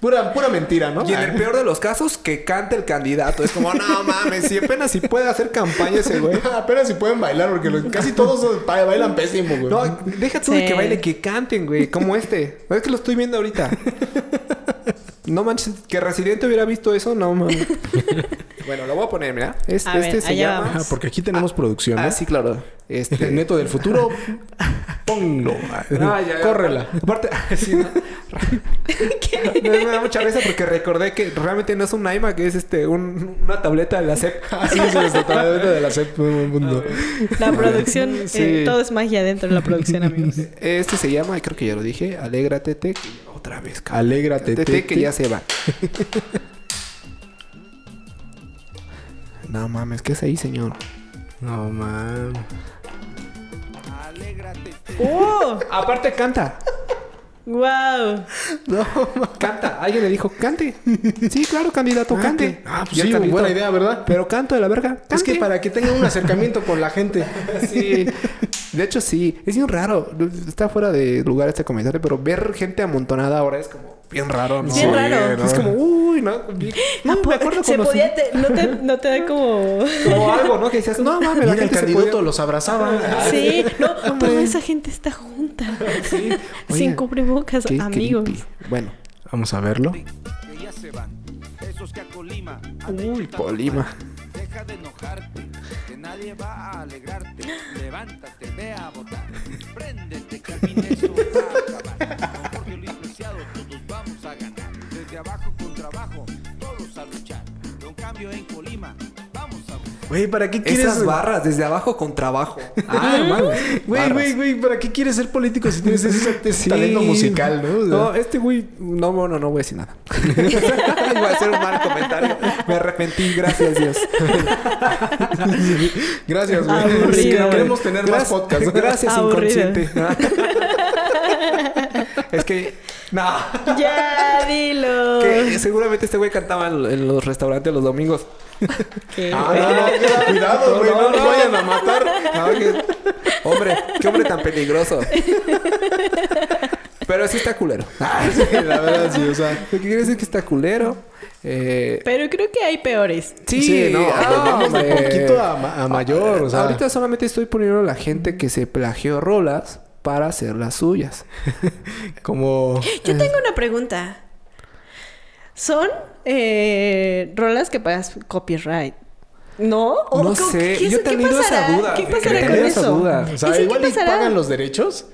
Speaker 2: pura, pura mentira, ¿no?
Speaker 1: Y en el
Speaker 2: Ah.
Speaker 1: peor de los casos, que cante el candidato. Es como, no mames, si apenas si puede hacer campaña ese güey.
Speaker 2: Apenas si pueden bailar porque los- casi todos ba- bailan pésimo, güey.
Speaker 1: No, deja tú de
Speaker 3: Sí.
Speaker 1: que baile, que canten, güey. Como este. Es que lo estoy viendo ahorita. No manches, que Residente hubiera visto eso, no mames. bueno, lo voy a poner, mira. Este,
Speaker 3: A ver,
Speaker 1: este se
Speaker 3: allá
Speaker 1: llama.
Speaker 2: Ah, porque aquí tenemos producción,
Speaker 1: Ah,
Speaker 2: ¿no?
Speaker 1: sí, claro. Este.
Speaker 2: El neto del futuro, ponlo.
Speaker 1: Ah, ya, ya.
Speaker 2: Córrela.
Speaker 1: Aparte, sí, no. Me, me da mucha risa porque recordé que realmente no es un iMac, es este, un- una tableta de la SEP.
Speaker 2: Así es la totalmente de la SEP del mundo.
Speaker 3: La producción,
Speaker 1: Sí.
Speaker 3: eh, todo es magia dentro de la producción, amigos.
Speaker 1: Este se llama, creo que ya lo dije, Alégrate Tete. que- Otra vez, cabrón.
Speaker 2: Alégrate,
Speaker 1: Tete que
Speaker 2: Tete.
Speaker 1: ya se va. No mames, ¿qué es ahí, señor?
Speaker 2: No mames.
Speaker 3: ¡Oh!
Speaker 1: Aparte canta.
Speaker 3: ¡Wow!
Speaker 1: Canta. Alguien le dijo, cante. Sí, claro, candidato, cante.
Speaker 2: Ah, pues
Speaker 1: Y el
Speaker 2: sí,
Speaker 1: candidato,
Speaker 2: buena idea, ¿verdad?
Speaker 1: Pero canto de la verga.
Speaker 2: Es que
Speaker 1: cante".
Speaker 2: para que tengan un acercamiento con la gente.
Speaker 1: Sí. De hecho, sí. Es bien raro. Está fuera de lugar este comentario, pero ver gente amontonada ahora es como bien raro, ¿no?
Speaker 3: Bien raro.
Speaker 2: Ah,
Speaker 1: Es como, uy, ¿no? Bien-
Speaker 3: Ah,
Speaker 1: Mm, me acuerdo
Speaker 3: se
Speaker 1: cuando sí-
Speaker 3: podía... te- no, te, no te da como...
Speaker 1: Como algo, ¿no? Que decías, no mames, la
Speaker 2: Mira, el
Speaker 1: gente se
Speaker 2: candidato
Speaker 1: podía-
Speaker 2: los abrazaba.
Speaker 3: Sí, no, toda esa gente está junta. Sin
Speaker 1: Oigan,
Speaker 3: cubrebocas,
Speaker 1: Qué
Speaker 3: amigos.
Speaker 1: creepy. Bueno.
Speaker 2: Vamos a verlo.
Speaker 4: que ya se van, esos que a Colima han
Speaker 1: Uy,
Speaker 4: hecho tanto
Speaker 1: Colima.
Speaker 4: mal. Deja de enojarte, que nadie va a alegrarte. Levántate, ve a votar. Préndete, que al fin eso va a acabar. Con Jorge Luis Preciado, todos vamos a ganar. Desde abajo con trabajo, todos a luchar. Con cambio en Colima, vamos a
Speaker 2: Güey, ¿para qué quieres...?
Speaker 1: Esas barras, desde abajo con trabajo. Ah, hermano.
Speaker 2: Güey,
Speaker 1: barras.
Speaker 2: güey, güey, ¿para qué quieres ser político si tienes ese, ese
Speaker 1: Sí.
Speaker 2: talento musical, no?
Speaker 1: No, este güey, no, bueno, no voy a decir nada. Iba a hacer un mal comentario. Me arrepentí, gracias Dios.
Speaker 2: Gracias,
Speaker 3: Aburrido.
Speaker 2: güey. Es que queremos tener
Speaker 1: Gracias-
Speaker 2: más podcasts.
Speaker 1: Gracias,
Speaker 3: Aburrido.
Speaker 1: inconsciente. es que, no.
Speaker 3: Ya, dilo.
Speaker 1: Que seguramente este güey cantaba en, en los restaurantes los domingos.
Speaker 3: ¿Qué?
Speaker 2: Ah, no, no, cuidado, güey. No, nos vayan a matar.
Speaker 1: No, que- hombre, qué hombre tan peligroso. Pero sí está culero.
Speaker 2: Sí, la verdad, sí, o sea...
Speaker 1: Lo que quiere decir que está culero. Eh,
Speaker 3: Pero creo que hay peores.
Speaker 1: sí,
Speaker 2: no, pues
Speaker 1: ah,
Speaker 2: vamos de
Speaker 1: hombre.
Speaker 2: poquito a, ma- a mayor, o sea.
Speaker 1: Ahorita solamente estoy poniendo a la gente que se plagió rolas para hacer las suyas.
Speaker 2: Como.
Speaker 1: Eh.
Speaker 3: Yo tengo una pregunta. ¿Son eh, rolas que pagas copyright? ¿No? ¿O
Speaker 1: No
Speaker 3: qué-
Speaker 1: sé,
Speaker 3: qué-
Speaker 1: yo
Speaker 3: qué
Speaker 1: también he tenido
Speaker 3: pasará?
Speaker 1: esa duda,
Speaker 3: ¿Qué
Speaker 1: güey.
Speaker 3: pasará
Speaker 1: Yo he
Speaker 3: con
Speaker 1: tenido esa
Speaker 3: eso?
Speaker 1: duda.
Speaker 2: O
Speaker 3: ¿Y
Speaker 2: sea,
Speaker 3: sí, qué
Speaker 2: igual y
Speaker 3: pasará?
Speaker 2: pagan los derechos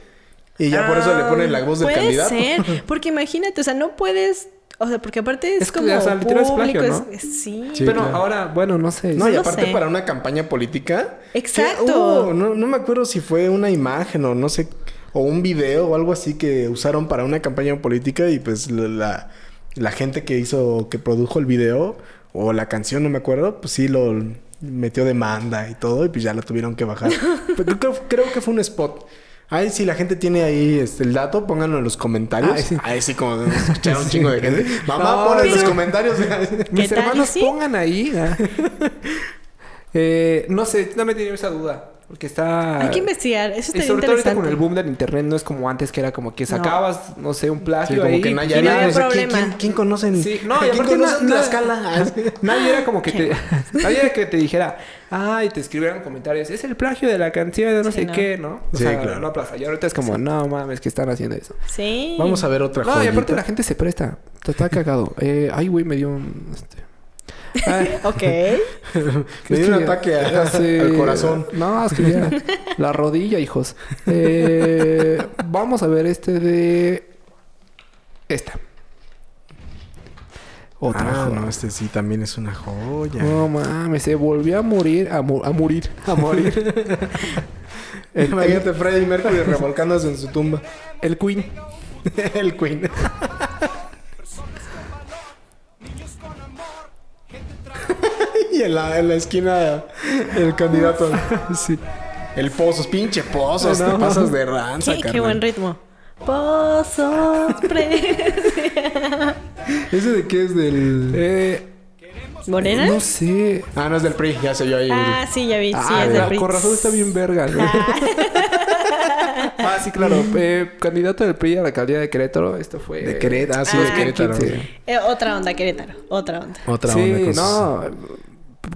Speaker 2: y ya por eso le ponen la voz del
Speaker 3: Ah, puede
Speaker 2: candidato.
Speaker 3: ser, porque imagínate, o sea, no puedes, o sea, porque aparte es,
Speaker 1: Es que,
Speaker 3: como
Speaker 1: o sea, literal es
Speaker 3: público,
Speaker 1: plagio, ¿no?
Speaker 3: es- sí.
Speaker 2: Sí,
Speaker 1: Pero
Speaker 2: claro.
Speaker 1: ahora, bueno, Pues, no sé.
Speaker 2: No, y
Speaker 3: lo
Speaker 2: aparte
Speaker 3: sé.
Speaker 2: para una campaña política. que
Speaker 3: Exacto.
Speaker 2: hubo, no, no me acuerdo si fue una imagen o no sé, o un video o algo así que usaron para una campaña política y pues la- la, la gente que hizo, que produjo el video o la canción, no me acuerdo, pues sí lo metió demanda y todo y pues ya la tuvieron que bajar. Pero creo, creo que fue un spot. Ahí si la gente tiene ahí este, el dato, pónganlo en los comentarios.
Speaker 1: Ay, sí.
Speaker 2: Ahí sí, como escucharon un chingo de gente. Mamá,
Speaker 1: No,
Speaker 2: pon en
Speaker 1: pero-
Speaker 2: los comentarios.
Speaker 1: Mis
Speaker 3: tal y
Speaker 1: hermanos
Speaker 3: sí?
Speaker 1: pongan ahí. ah. Eh, no sé, no me tenía esa duda. Porque está.
Speaker 3: Hay que investigar, eso
Speaker 1: Y
Speaker 3: estaría
Speaker 1: sobre todo ahorita con el
Speaker 3: interesante.
Speaker 1: boom del internet no es como antes que era como que sacabas, no, sé, un plagio
Speaker 2: Sí, como
Speaker 1: ahí.
Speaker 2: que
Speaker 3: y
Speaker 2: Nayarit,
Speaker 3: no había
Speaker 2: no sé, ¿quién,
Speaker 3: problema.
Speaker 2: quién, quién conocen?
Speaker 1: Sí, no, y
Speaker 2: ¿Quién
Speaker 1: aparte
Speaker 2: conocen
Speaker 1: na- na-
Speaker 2: Tlaxcala?
Speaker 1: Nadie era como que te, nadie era que te dijera, ay, te escribieran comentarios, es el plagio de la canción de no
Speaker 3: Sí,
Speaker 1: sé
Speaker 3: no.
Speaker 1: qué, ¿no? O
Speaker 2: Sí,
Speaker 1: sea,
Speaker 2: claro.
Speaker 1: no aplaza. Y ahorita es como, no mames, que están haciendo eso.
Speaker 3: Sí.
Speaker 2: Vamos a ver otra
Speaker 1: No, y aparte
Speaker 2: joyita.
Speaker 1: la gente se presta. Te está cagado. Eh, ay, güey, me dio un. este, ay,
Speaker 3: Ok.
Speaker 2: Me dio
Speaker 1: es
Speaker 2: un
Speaker 1: que
Speaker 2: ataque a-
Speaker 1: hace-
Speaker 2: al corazón.
Speaker 1: No, es que ya. la rodilla, hijos. Eh, vamos a ver este de. Esta. Otra.
Speaker 2: Ah,
Speaker 1: joya.
Speaker 2: no, este sí también es una joya.
Speaker 1: No mames, se volvió a morir, a, mu- a morir, a morir. el, el-
Speaker 2: Imagínate Freddie Mercury revolcándose en su tumba.
Speaker 1: el Queen.
Speaker 2: El Queen. y en la, en la esquina el candidato.
Speaker 1: Sí.
Speaker 2: El Pozos, pinche Pozos,
Speaker 1: No.
Speaker 2: te pasas de ranza,
Speaker 3: Qué, qué
Speaker 2: carnal.
Speaker 3: buen ritmo. Pozos pre-
Speaker 2: ¿Ese de qué es del...?
Speaker 1: Eh,
Speaker 3: ¿Morena?
Speaker 1: no sé.
Speaker 2: Ah, no, es del PRI, ya se yo ahí.
Speaker 3: Ah, sí, ya vi. Sí,
Speaker 1: ah,
Speaker 3: es
Speaker 1: la-
Speaker 3: del PRI.
Speaker 1: con razón está bien verga. ¿no? ah, sí, claro. Eh, candidato del PRI a la alcaldía de Querétaro. Esto fue...
Speaker 2: De Querétaro, ah, sí,
Speaker 3: Ah,
Speaker 2: es Querétaro.
Speaker 1: sí.
Speaker 3: Eh, otra onda, Querétaro. Otra onda.
Speaker 2: Otra onda
Speaker 1: sí,
Speaker 2: con sus-
Speaker 1: no.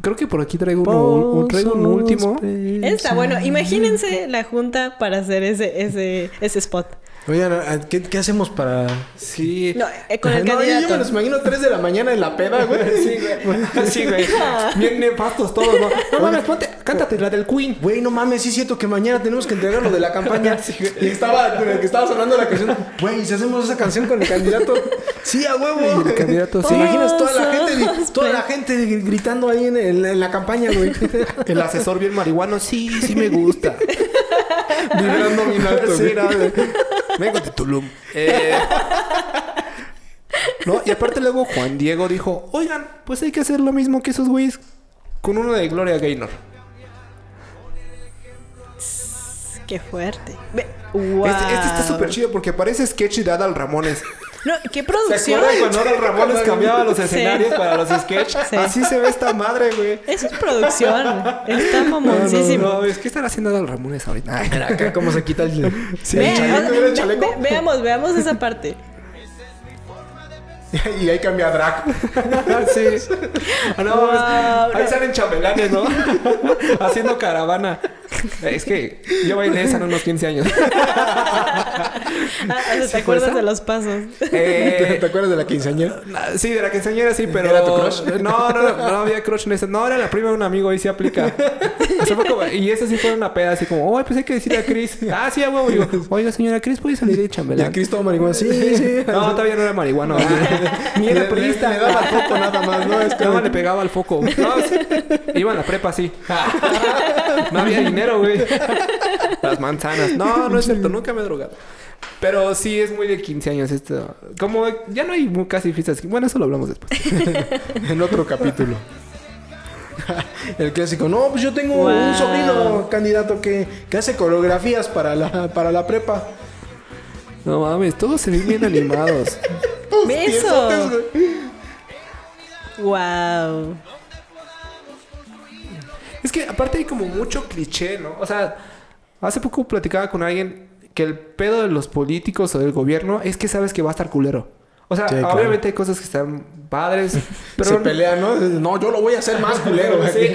Speaker 1: Creo que por aquí traigo un, un- un- traigo un último.
Speaker 2: pues.
Speaker 3: Está bueno. Imagínense la junta para hacer ese, ese, ese spot.
Speaker 2: Oigan, ¿a- ¿qué, qué hacemos para...?
Speaker 1: Sí.
Speaker 3: No, eh, con el
Speaker 2: no, yo- yo me
Speaker 3: candidato.
Speaker 2: los imagino 3 de la mañana en la peda, güey.
Speaker 1: Sí, güey. Sí, güey. Bien nefastos todos, ¿no? No mames, ponte, cántate la del Queen.
Speaker 2: Güey, no mames, sí es cierto que mañana tenemos que entregar lo de la campaña. y estaba, con el que estaba sonando la canción. Güey, si hacemos esa canción con el candidato. Sí, a huevo.
Speaker 1: El candidato,
Speaker 2: ¿Te
Speaker 1: sí.
Speaker 2: imaginas toda la gente,
Speaker 3: Osos,
Speaker 2: gri- toda la
Speaker 3: pues.
Speaker 2: gente gritando ahí en, en- en la campaña, güey.
Speaker 1: El asesor bien marihuano, sí, sí me gusta.
Speaker 2: Vibrando bien alto,
Speaker 1: Sí,
Speaker 2: güey.
Speaker 1: no, güey. Vengo de Tulum. Eh, No, y aparte luego Juan Diego dijo, oigan, pues hay que hacer lo mismo que esos güeyes con uno de Gloria Gaynor.
Speaker 3: Qué fuerte. Ve- Wow.
Speaker 1: Este, este está súper chido porque parece sketch de Adal Ramones.
Speaker 3: No, qué
Speaker 1: ¿Se
Speaker 3: producción.
Speaker 1: acuerdan cuando Adal Ramones cambiaba los escenarios
Speaker 3: Sí.
Speaker 1: para los sketches?
Speaker 3: Sí.
Speaker 1: Así se ve esta madre, güey.
Speaker 3: Eso es producción. Está
Speaker 1: No, no,
Speaker 3: mamoncísimo.
Speaker 1: no, es que estará haciendo Adal Ramones ahorita. Ay,
Speaker 2: Ah, Mira acá cómo se quita el,
Speaker 1: Sí.
Speaker 3: Ve-
Speaker 2: el chaleco. ¿Era el
Speaker 3: ve-
Speaker 2: chaleco?
Speaker 3: ve- veamos, veamos esa parte.
Speaker 2: y ahí cambia a Drac.
Speaker 1: sí. Ah, no,
Speaker 3: Wow,
Speaker 1: es- ahí
Speaker 3: no.
Speaker 1: salen chambelanes, ¿no? Haciendo caravana. Es que yo bailé esa en unos 15 años.
Speaker 3: Ah, ¿Te
Speaker 1: ¿Sí fue
Speaker 3: acuerdas
Speaker 1: esa?
Speaker 3: de los pasos?
Speaker 1: Eh,
Speaker 2: ¿Te acuerdas de la quinceañera?
Speaker 1: na- sí, de la quinceañera sí, pero...
Speaker 2: ¿Era tu crush?
Speaker 1: No, no, no, no había crush en ese. No, era la prima de un amigo, ahí sí aplica. O sea, fue como- y esa sí fue una peda, así como... Ay, pues hay que decirle a Cris. Ah, sí, a huevo. Digo, oiga, señora Cris, ¿puede salir de
Speaker 2: Y el
Speaker 1: chambelán?
Speaker 2: Cristo marihuana. Sí, sí.
Speaker 1: No, todavía no era marihuano. Ni
Speaker 2: Ah. Le-
Speaker 1: era
Speaker 2: le-
Speaker 1: priista.
Speaker 2: Le daba poco nada
Speaker 1: Ah,
Speaker 2: más, ¿no? Es
Speaker 1: Nada
Speaker 2: como-
Speaker 1: más le pegaba al foco. No, sí. Iba a la prepa así. No había dinero, güey. Las manzanas. No, no es cierto. Nunca me he drogado. Pero sí es muy de 15 años esto. Como ya no hay mu- casi fiestas. Bueno, eso lo hablamos después.
Speaker 2: En otro capítulo. El clásico, no, pues yo tengo
Speaker 3: Wow.
Speaker 2: un sobrino candidato que, que hace coreografías para la, para la prepa.
Speaker 1: No mames, todos se ven bien animados.
Speaker 3: Ve
Speaker 2: Tiesotes,
Speaker 3: eso.
Speaker 2: güey.
Speaker 3: Wow.
Speaker 1: Es que aparte hay como mucho cliché, ¿no? O sea, hace poco platicaba con alguien que el pedo de los políticos o del gobierno es que sabes que va a estar culero. O sea,
Speaker 2: Sí, claro.
Speaker 1: obviamente hay cosas que están padres, pero
Speaker 2: Se pelean, ¿no? No, yo lo voy a hacer más culero. güey.
Speaker 1: Sí.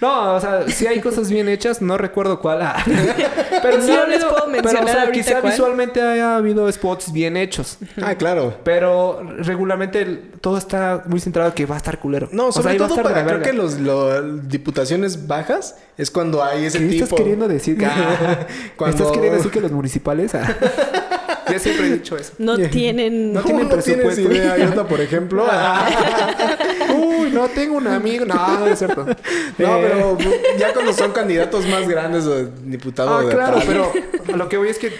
Speaker 1: No, o sea, sí hay cosas bien hechas, no recuerdo cuál. ah. Pero sí
Speaker 3: No
Speaker 1: ha
Speaker 3: les
Speaker 1: habido-
Speaker 3: puedo mencionar
Speaker 1: pero, o sea,
Speaker 3: ahorita
Speaker 1: quizá
Speaker 3: cuál.
Speaker 1: visualmente haya habido spots bien hechos,
Speaker 2: Ah, claro.
Speaker 1: pero regularmente el- todo está muy centrado que va a estar culero.
Speaker 2: No,
Speaker 1: O sea,
Speaker 2: sobre
Speaker 1: ahí va a
Speaker 2: todo
Speaker 1: estar de
Speaker 2: para
Speaker 1: la
Speaker 2: creo
Speaker 1: verga.
Speaker 2: que los, lo- diputaciones bajas es cuando hay ese
Speaker 1: ¿Qué
Speaker 2: tipo.
Speaker 1: estás queriendo decir? Ah,
Speaker 2: Cuando-
Speaker 1: ¿Estás queriendo decir que los municipales? Ah. Yo siempre he dicho eso.
Speaker 3: No tienen. Eh,
Speaker 1: No
Speaker 2: No, Eh.
Speaker 1: tienen
Speaker 2: no tienes
Speaker 1: presupuesto.
Speaker 2: idea, Iota, por ejemplo.
Speaker 1: Uy, no tengo un amigo. No, es cierto. No,
Speaker 2: No, pero ya cuando son candidatos más grandes o diputados
Speaker 1: Ah,
Speaker 2: de
Speaker 1: claro,
Speaker 2: atrás.
Speaker 1: pero a lo que voy es que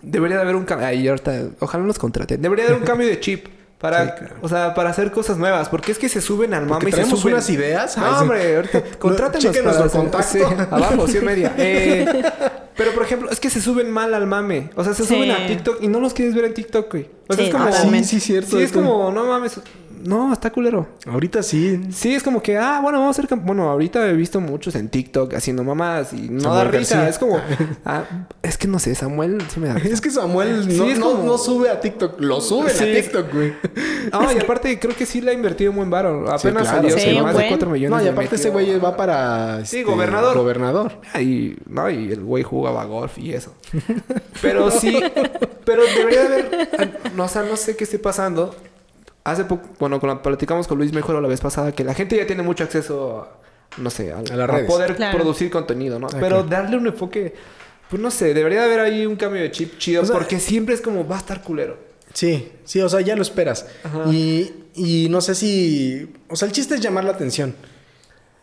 Speaker 1: debería de haber un cambio. Ay, ahorita, ojalá los contraten. Debería de haber un cambio de chip. Para, o sea, para hacer cosas nuevas. Porque es que se suben al mame
Speaker 2: Porque
Speaker 1: y se
Speaker 2: traemos
Speaker 1: suben.
Speaker 2: unas ideas. Ay,
Speaker 1: No,
Speaker 2: sí.
Speaker 1: hombre, ahorita contrátenos
Speaker 2: chequen
Speaker 1: para
Speaker 2: nuestro
Speaker 1: hacer-
Speaker 2: contacto.
Speaker 1: sí, abajo, sí, en media. Eh, pero, por ejemplo, es que se suben mal al mame. O sea, se
Speaker 3: Sí.
Speaker 1: suben a TikTok y no los quieres ver en TikTok, güey. O sea,
Speaker 3: Sí,
Speaker 1: es como...
Speaker 3: totalmente.
Speaker 2: Sí, sí, cierto.
Speaker 1: Sí, es
Speaker 2: Esto-
Speaker 1: como... No mames. no, está culero.
Speaker 2: Ahorita sí.
Speaker 1: Sí, es como que, ah, bueno, vamos a hacer... camp- Bueno, ahorita he visto muchos en TikTok haciendo mamás y no da
Speaker 2: Samuel
Speaker 1: risa.
Speaker 2: García.
Speaker 1: Es como, ah, es que no sé, Samuel sí me da risa.
Speaker 2: Es que Samuel
Speaker 1: Sí,
Speaker 2: no,
Speaker 1: es
Speaker 2: no-
Speaker 1: como-
Speaker 2: no sube a TikTok. Lo sube
Speaker 1: Sí.
Speaker 2: a TikTok, güey.
Speaker 1: Ah, y aparte creo que sí la ha invertido en buen varo. Apenas
Speaker 2: claro.
Speaker 1: salió
Speaker 3: Sí,
Speaker 1: con más de
Speaker 3: buen.
Speaker 1: 4 millones.
Speaker 2: No, y
Speaker 1: le
Speaker 2: aparte
Speaker 1: metió.
Speaker 2: ese güey va para...
Speaker 1: Sí,
Speaker 2: este,
Speaker 1: gobernador.
Speaker 2: Gobernador.
Speaker 1: Ah, Y, no, y el güey jugaba golf y eso. Pero sí, pero debería haber, no, o sea, no sé qué esté pasando. Hace poco, bueno, cuando platicamos con Luis Mejoro la vez pasada, que la gente ya tiene mucho acceso, a, no sé, a,
Speaker 2: A las redes.
Speaker 1: poder
Speaker 3: Claro.
Speaker 1: producir contenido, ¿no?
Speaker 2: Ah,
Speaker 1: Pero
Speaker 2: claro.
Speaker 1: darle un enfoque, pues no sé, debería haber ahí un cambio de chip chido,
Speaker 2: O sea,
Speaker 1: porque siempre es como, va a estar culero.
Speaker 2: Sí, sí, o sea, ya lo esperas.
Speaker 1: Ajá.
Speaker 2: Y, y no sé si... O sea, el chiste es llamar la atención.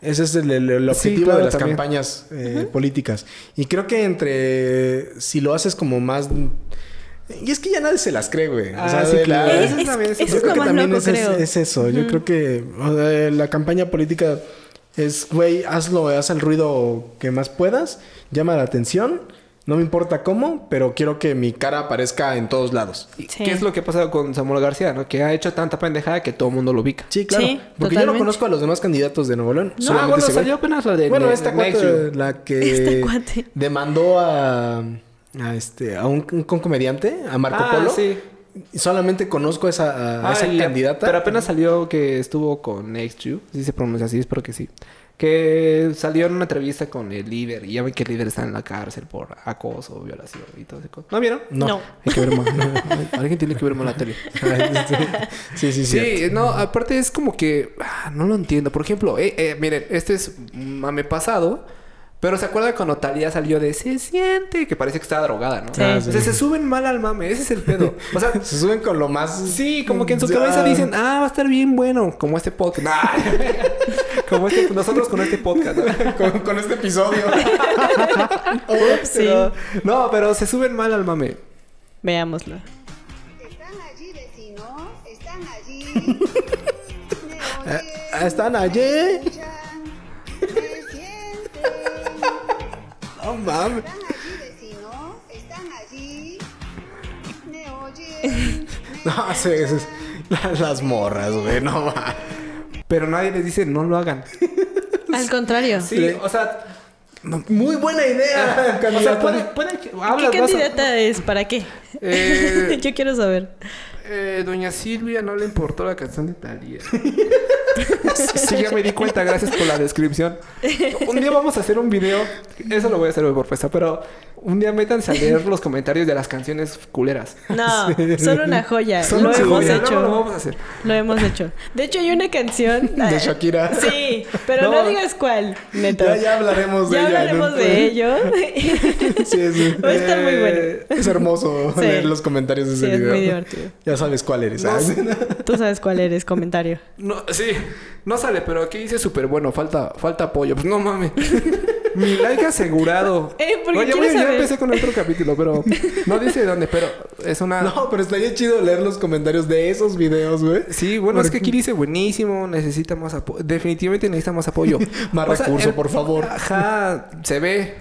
Speaker 2: Ese es el, el- el
Speaker 1: Sí,
Speaker 2: objetivo
Speaker 1: claro,
Speaker 2: de las
Speaker 1: también.
Speaker 2: campañas eh, políticas. Y creo que entre... Si lo haces como más... Y es que ya nadie se las cree, güey. O
Speaker 1: Ah,
Speaker 2: sea,
Speaker 1: sí,
Speaker 2: de
Speaker 1: claro.
Speaker 2: la-
Speaker 1: Eh,
Speaker 3: Es-
Speaker 1: Eso
Speaker 3: es-
Speaker 1: es la- eso
Speaker 3: eso
Speaker 1: es
Speaker 2: Yo
Speaker 3: es
Speaker 2: creo
Speaker 3: lo
Speaker 2: que
Speaker 3: más
Speaker 2: también
Speaker 3: loco,
Speaker 2: es, es-
Speaker 3: creo.
Speaker 2: es eso. Yo creo que o sea, la campaña política es, güey, hazlo, haz el ruido que más puedas, llama la atención, no me importa cómo, pero quiero que mi cara aparezca en todos lados.
Speaker 1: ¿Y
Speaker 3: Sí.
Speaker 1: ¿Qué es lo que ha pasado con Samuel García, no? Que ha hecho tanta pendejada que todo el mundo lo ubica.
Speaker 2: Sí, claro.
Speaker 3: Sí,
Speaker 2: porque yo no
Speaker 3: totalmente.
Speaker 2: conozco a los demás candidatos de Nuevo León.
Speaker 1: No,
Speaker 2: solamente
Speaker 1: bueno, este
Speaker 2: ese güey.
Speaker 1: salió apenas la de
Speaker 2: Bueno,
Speaker 1: Ne-
Speaker 2: esta
Speaker 1: Next
Speaker 2: cuate,
Speaker 1: You.
Speaker 2: la que
Speaker 3: Este cuate.
Speaker 2: demandó a, a este a un, un comediante, a Marco
Speaker 1: Ah,
Speaker 2: Polo.
Speaker 1: sí.
Speaker 2: Y Solamente conozco a esa, a
Speaker 1: Ah,
Speaker 2: esa
Speaker 1: y-
Speaker 2: candidata.
Speaker 1: Pero apenas salió que estuvo con Next You. Si se pronuncia así, espero que sí. Que salió en una entrevista con el líder. Y ya ven que el líder está en la cárcel por acoso, violación y todo ese cosa. ¿No vieron?
Speaker 2: No.
Speaker 3: No.
Speaker 1: Hay que ver más. Alguien tiene que ver más la tele.
Speaker 2: sí, sí, sí.
Speaker 1: Sí, no, aparte es como que ah, no lo entiendo. Por ejemplo, eh, eh, miren, este es un mame pasado, pero se acuerda cuando Talía salió de se siente que parece que está drogada, ¿no?
Speaker 3: Sí. Ah,
Speaker 1: O sea, se suben mal al mame, ese es el pedo. O sea,
Speaker 2: Se suben con lo más.
Speaker 1: sí, como que en su
Speaker 2: Ya.
Speaker 1: cabeza dicen, ah, va a estar bien bueno, como este podcast. Nah. como este, nosotros con este podcast. ¿no?
Speaker 2: con, con este episodio.
Speaker 3: Sí.
Speaker 1: Pero- no, pero se suben mal al mame.
Speaker 3: Veámoslo.
Speaker 5: Están allí, vecinos, están allí. Me
Speaker 2: Ah,
Speaker 5: oyen,
Speaker 2: están eh. allí.
Speaker 5: me escuchan, me sienten.
Speaker 2: No mames.
Speaker 5: Están allí, vecinos, están allí. Me oyen.
Speaker 2: No, se- se- la- las morras, güey, no mames.
Speaker 1: Pero nadie les dice, no lo hagan.
Speaker 3: Al contrario.
Speaker 1: Sí, o sea,
Speaker 2: Muy buena idea,
Speaker 1: Ah, o sea
Speaker 2: candidato.
Speaker 1: pueden, pueden que- hablas,
Speaker 3: ¿Qué
Speaker 1: Ah, vas a-
Speaker 3: candidata es? ¿Para qué?
Speaker 1: Eh.
Speaker 3: Yo quiero saber.
Speaker 1: Eh, doña Silvia no le importó la canción de Talía. sí, ya me di cuenta, gracias por la descripción. Un día vamos a hacer un video, eso lo voy a hacer por propuesta, pero un día métanse a leer los comentarios de las canciones culeras.
Speaker 3: No, son una joya.
Speaker 1: Son
Speaker 3: lo
Speaker 1: una
Speaker 3: hemos
Speaker 1: joya,
Speaker 3: hecho.
Speaker 1: luego lo vamos a hacer.
Speaker 3: Lo hemos hecho. De hecho, hay una canción. eh,
Speaker 2: De Shakira.
Speaker 3: Sí, pero no,
Speaker 1: No.
Speaker 3: digas cuál, neta.
Speaker 2: Ya, ya hablaremos de
Speaker 3: Ya
Speaker 2: ella.
Speaker 3: hablaremos
Speaker 2: ¿no?
Speaker 3: de ello.
Speaker 2: Sí, es, eh,
Speaker 3: Va a estar muy bueno.
Speaker 2: es hermoso
Speaker 3: Sí.
Speaker 2: leer los comentarios de
Speaker 3: Sí,
Speaker 2: ese
Speaker 3: es
Speaker 2: video.
Speaker 3: muy divertido.
Speaker 2: Ya sabes cuál eres. ¿ah?
Speaker 3: Tú sabes cuál eres, comentario.
Speaker 1: No, sí, no sale, pero aquí dice súper bueno, falta, falta apoyo. Pues no mames. Mi like asegurado.
Speaker 3: Eh, porque
Speaker 1: No, ya,
Speaker 3: quiero
Speaker 1: voy- ya
Speaker 3: saber.
Speaker 1: empecé con otro capítulo, pero no dice dónde, pero es una...
Speaker 2: No, pero estaría chido leer los comentarios de esos videos, güey.
Speaker 1: Sí, bueno, es que aquí dice buenísimo, necesita más apoyo. Definitivamente necesita más apoyo.
Speaker 2: Más recurso,
Speaker 1: el-
Speaker 2: por favor.
Speaker 1: Ajá, se ve.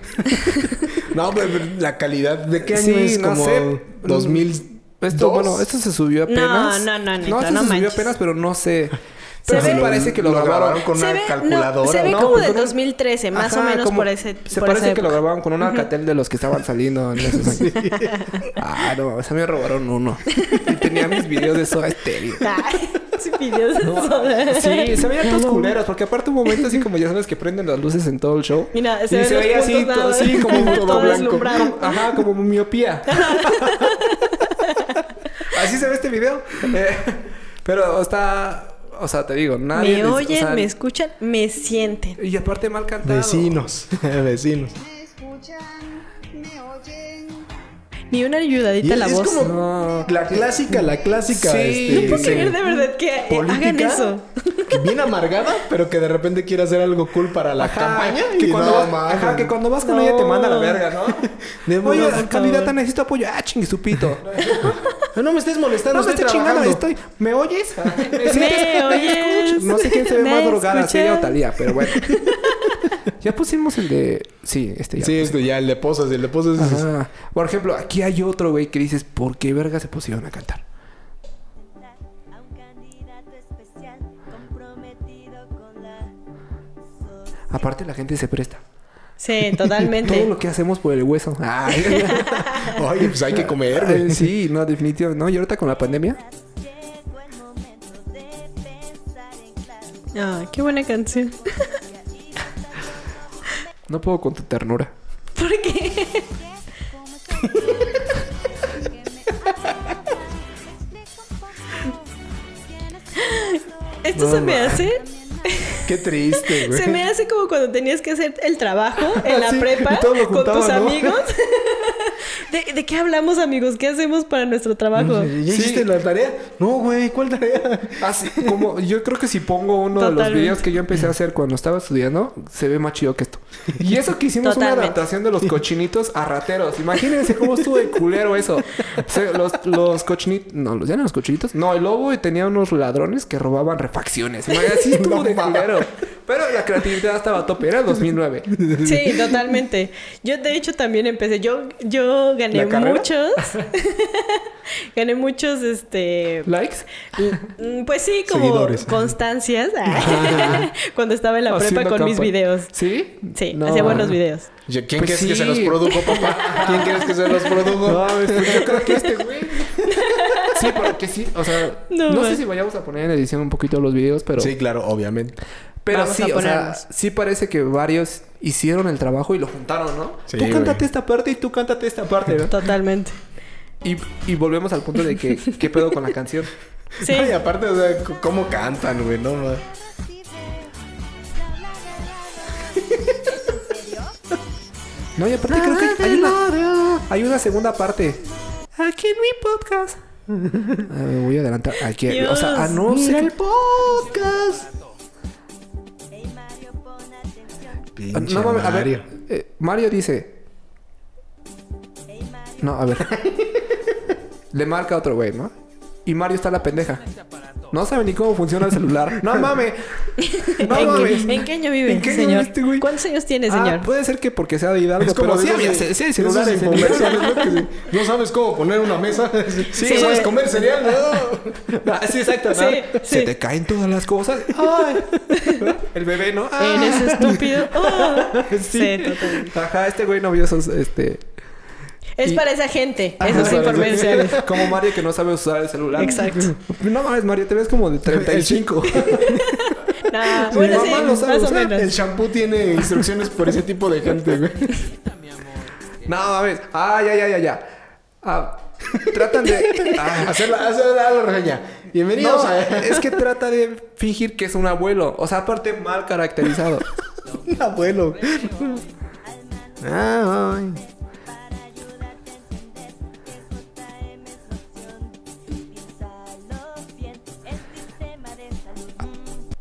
Speaker 2: No, pero pero la calidad. ¿De qué año
Speaker 1: Sí,
Speaker 2: es?
Speaker 1: no
Speaker 2: Como
Speaker 1: sé.
Speaker 2: 2000.
Speaker 3: Mm,
Speaker 1: Esto, bueno, esto se subió apenas.
Speaker 3: No, no, no, Nito,
Speaker 1: No, esto
Speaker 3: no
Speaker 1: se subió
Speaker 3: manches.
Speaker 1: apenas, pero no sé. Pero
Speaker 3: Se
Speaker 1: sí
Speaker 3: ve-
Speaker 1: parece que lo, grabaron.
Speaker 2: grabaron con
Speaker 3: se
Speaker 2: una
Speaker 3: ve, no,
Speaker 2: calculadora.
Speaker 3: se ve
Speaker 2: ¿no?
Speaker 3: como
Speaker 1: Pues
Speaker 3: de
Speaker 1: con un-
Speaker 3: 2013, más
Speaker 1: Ajá,
Speaker 3: o menos
Speaker 1: como-
Speaker 3: por ese.
Speaker 1: Se
Speaker 3: por
Speaker 1: parece
Speaker 3: esa
Speaker 1: que lo
Speaker 3: época.
Speaker 1: grabaron con un alcatel de los que estaban saliendo en esos años. Ah, no, o sea, me robaron uno. Y tenía mis videos de Soda Stereo.
Speaker 3: Ay, sí, videos de soda.
Speaker 1: Sí, se veían todos culeros, porque aparte un momento así como ya sabes que prenden las luces en todo el show.
Speaker 3: Mira, se
Speaker 1: y
Speaker 3: ven
Speaker 1: se
Speaker 3: los
Speaker 1: veía así,
Speaker 3: puntos nada
Speaker 1: to-
Speaker 3: más.
Speaker 1: así como todo,
Speaker 3: Todo
Speaker 1: blanco.
Speaker 3: deslumbrado.
Speaker 1: Como- ajá, como miopía. así se ve este video. Eh, pero está, o sea, te digo, nadie...
Speaker 3: Me
Speaker 1: les- o
Speaker 3: oyen,
Speaker 1: sea,
Speaker 3: me escuchan, me sienten.
Speaker 1: Y aparte mal cantado.
Speaker 2: Vecinos, vecinos.
Speaker 5: Me escuchan, me oyen.
Speaker 3: Ni una ayudadita a la
Speaker 2: es
Speaker 3: voz.
Speaker 2: como
Speaker 1: No.
Speaker 2: la clásica, la clásica.
Speaker 1: Sí.
Speaker 2: este,
Speaker 1: No
Speaker 3: Puedo
Speaker 1: sí.
Speaker 3: creer de verdad que eh, hagan
Speaker 2: política
Speaker 3: eso.
Speaker 2: que bien amargada, pero que de repente quiere hacer algo cool para la
Speaker 1: Ajá,
Speaker 2: campaña.
Speaker 1: que
Speaker 2: y
Speaker 1: cuando
Speaker 2: no,
Speaker 1: vas,
Speaker 2: mames.
Speaker 1: ajá, que cuando vas con
Speaker 3: No.
Speaker 1: ella te manda a la verga, ¿no?
Speaker 2: De
Speaker 1: Oye,
Speaker 2: modo, por
Speaker 1: candidata,
Speaker 3: favor.
Speaker 1: necesito apoyo. Ah, chingue su pito.
Speaker 2: Ah, No me estés molestando,
Speaker 1: No, me
Speaker 2: estoy
Speaker 1: estoy chingando,
Speaker 2: trabajando.
Speaker 1: estoy. ¿Me oyes? ¿Me,
Speaker 3: oyes?
Speaker 1: escuchas? No sé quién se ve
Speaker 3: ¿Me
Speaker 1: más drogada, si
Speaker 3: escuchas?
Speaker 1: ella o Talía, pero bueno. ya pusimos el de. Sí, este ya.
Speaker 2: Sí, esto ya, pues. el de posas, el de posas. es-
Speaker 1: Ajá. Por ejemplo, aquí hay otro güey que dices, ¿por qué verga se pusieron a cantar?
Speaker 6: a un candidato especial.
Speaker 1: Aparte, la gente se presta.
Speaker 3: Sí, totalmente.
Speaker 1: Todo lo que hacemos por el hueso. Ay.
Speaker 2: Oye, pues hay que comer, güey.
Speaker 1: Ay, sí, no, definitivo. No, y ahorita con la pandemia.
Speaker 5: Llegó el momento de pensar en claro.
Speaker 3: Ah, qué buena canción.
Speaker 1: No puedo con tu ternura.
Speaker 3: ¿Por qué?
Speaker 5: Como soy yo, que me ama, me explico un poco. Tienes
Speaker 3: Esto
Speaker 1: No,
Speaker 3: se me
Speaker 1: ma.
Speaker 3: hace.
Speaker 2: Qué triste, güey.
Speaker 3: Se me hace como cuando tenías que hacer el trabajo en la
Speaker 1: Sí,
Speaker 3: prepa
Speaker 1: y todos lo
Speaker 3: con tus
Speaker 1: juntaban, ¿no?
Speaker 3: amigos. ¿De, de qué hablamos, amigos? ¿Qué hacemos para nuestro trabajo?
Speaker 2: ¿Ya hiciste la tarea? No, güey, ¿cuál tarea?
Speaker 1: Así, Ah, como yo creo que si pongo uno de
Speaker 3: Totalmente.
Speaker 1: los videos que yo empecé a hacer cuando estaba estudiando, se ve más chido que esto. Y eso que hicimos una
Speaker 3: Totalmente.
Speaker 1: adaptación de los cochinitos a rateros. Imagínense cómo estuvo de culero eso. O sea, los, los cochinitos, no, los eran los cochinitos. No, el lobo y tenía unos ladrones que robaban refacciones. Imagínate, así estuvo
Speaker 2: No
Speaker 1: de
Speaker 2: mames.
Speaker 1: culero. Pero la creatividad estaba a tope, era el 2009.
Speaker 3: Sí, totalmente. Yo de hecho también empecé. Yo, yo gané
Speaker 1: ¿La carrera?
Speaker 3: muchos. gané muchos, este.
Speaker 1: ¿Likes?
Speaker 3: mm, Pues sí, como
Speaker 2: Seguidores.
Speaker 3: constancias. Cuando estaba en la prepa
Speaker 1: Haciendo
Speaker 3: con mis
Speaker 1: campa-
Speaker 3: videos.
Speaker 1: ¿Sí?
Speaker 3: Sí,
Speaker 1: No.
Speaker 3: hacía buenos videos.
Speaker 2: Yo- ¿Quién
Speaker 1: Pues
Speaker 2: crees
Speaker 1: sí.
Speaker 2: que se los produjo, papá? ¿Quién crees que se los produjo?
Speaker 1: No, mames, pues yo creo que este güey. Sí, porque sí, o sea,
Speaker 3: No,
Speaker 1: no,
Speaker 3: man.
Speaker 1: sé si vayamos a poner en edición un poquito los videos, pero
Speaker 2: Sí, claro, obviamente.
Speaker 1: pero
Speaker 3: Vamos
Speaker 1: sí,
Speaker 3: a
Speaker 1: o sea,
Speaker 3: ponerlos.
Speaker 1: sí parece que varios hicieron el trabajo y lo juntaron, ¿no?
Speaker 2: Sí,
Speaker 1: tú cántate
Speaker 2: güey.
Speaker 1: esta parte y tú cántate esta parte, ¿no?
Speaker 3: Totalmente.
Speaker 1: Y, y volvemos al punto de que qué pedo con la canción.
Speaker 3: Sí.
Speaker 2: No, y aparte, o sea, c- ¿cómo cantan, güey? No, no.
Speaker 1: No, y aparte creo que hay una, hay una segunda parte. Aquí en mi podcast. Ah, me voy a adelantar aquí. O sea, a no
Speaker 2: Mira
Speaker 1: ser
Speaker 2: el podcast.
Speaker 5: Ey, Mario, pon atención.
Speaker 1: Ah,
Speaker 2: Pinche
Speaker 1: No mames, a
Speaker 2: Mario.
Speaker 1: ver. eh, Mario dice. No, a ver. Le marca a otro güey, ¿no? Y Mario está a la pendeja. No sabe ni cómo funciona el celular. No mames. No
Speaker 3: ¿En,
Speaker 1: mames.
Speaker 3: qué, en qué año vive,
Speaker 1: ¿En qué año
Speaker 3: señor?
Speaker 1: vive este güey?
Speaker 3: ¿Cuántos años tiene,
Speaker 1: Ah,
Speaker 3: señor?
Speaker 1: puede ser que porque sea de Hidalgo,
Speaker 2: Es como
Speaker 1: pero sí
Speaker 2: de
Speaker 1: había
Speaker 2: esos-
Speaker 1: sí hay
Speaker 2: esos
Speaker 1: celulares en
Speaker 2: infomerciales, ¿no? Que si no sabes cómo poner una mesa.
Speaker 3: Sí,
Speaker 2: no
Speaker 3: güey.
Speaker 2: sabes comer cereal, ¿no?
Speaker 1: Ah, sí, exacto. ¿no?
Speaker 3: Sí,
Speaker 1: Se
Speaker 3: sí.
Speaker 1: te caen todas las cosas. Ay. El bebé, ¿no? Ah.
Speaker 3: Eh, Eres estúpido. Oh. Sí, totalmente.
Speaker 1: Ajá, este güey no vio esos, este...
Speaker 3: Es
Speaker 1: Y- Ah,
Speaker 3: para esa gente, esos
Speaker 1: Ajá.
Speaker 3: informes.
Speaker 1: Como Mario que no sabe usar el celular.
Speaker 3: Exacto.
Speaker 1: No mames, Mario, te ves como de 35.
Speaker 3: No,
Speaker 1: Mi
Speaker 3: bueno, sí,
Speaker 1: mamá lo sabe
Speaker 3: más o
Speaker 1: usar,
Speaker 3: menos.
Speaker 2: El shampoo tiene instrucciones por ese tipo de gente, güey.
Speaker 1: no mames. Ah, ya, ya, ya, ya. Ah, tratan de. Ah.
Speaker 2: Hacer la, hacer la, la reseña. Bienvenidos
Speaker 1: No,
Speaker 2: a...
Speaker 1: es que trata de fingir que es un abuelo. O sea, aparte mal caracterizado.
Speaker 2: Un abuelo. pues, Ah, Ay.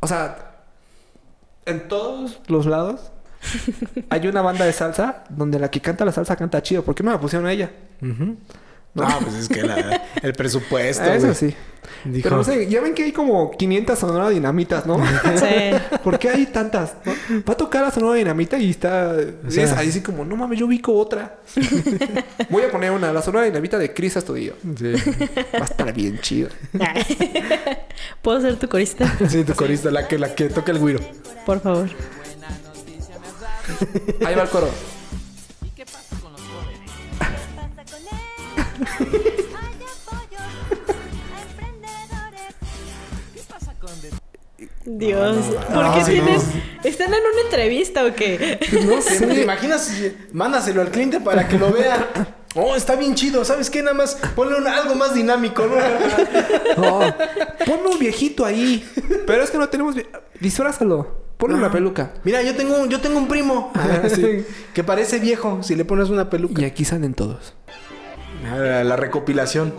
Speaker 1: O sea, en todos los lados hay una banda de salsa donde la que canta la salsa canta chido. ¿Por qué no la pusieron a ella?
Speaker 2: No, pues es que la- el presupuesto.
Speaker 1: Ah, eso
Speaker 2: güey.
Speaker 1: sí.
Speaker 2: Dijo,
Speaker 1: Pero no sé, ya ven que hay como 500 sonoras dinamitas, ¿no?
Speaker 3: Sí.
Speaker 1: ¿Por qué hay tantas? no? Va a tocar la sonora dinamita y está.
Speaker 2: sea-
Speaker 1: es así como, no mames, yo ubico otra. Voy a poner una, la sonora dinamita de Chris Astudillo.
Speaker 2: Sí,
Speaker 1: Va a estar bien chido.
Speaker 3: ¿Puedo ser tu corista?
Speaker 2: Sí, tu corista, la que, la que toca el güiro.
Speaker 3: Por favor.
Speaker 1: Ahí va el coro.
Speaker 5: Pasa con él. Hay apoyos a emprendedores.
Speaker 3: Dios. ¿Por
Speaker 2: no,
Speaker 3: qué
Speaker 2: sí,
Speaker 3: tienes.? ¿Están en una entrevista o qué?
Speaker 2: No sé. ¿Te imaginas? Mándaselo al cliente para que lo vea. Oh, está bien chido. ¿Sabes qué? Nada más ponle un- algo más dinámico, ¿no?
Speaker 1: No, ponme un Oh. viejito ahí. Pero es que no tenemos. vie- Disfrázalo. Ponle
Speaker 2: Ah.
Speaker 1: una peluca.
Speaker 2: Mira, yo tengo, un- yo tengo un primo
Speaker 1: Ah, sí.
Speaker 2: que parece viejo si le pones una peluca.
Speaker 1: Y aquí salen todos.
Speaker 2: Ah, La, la recopilación.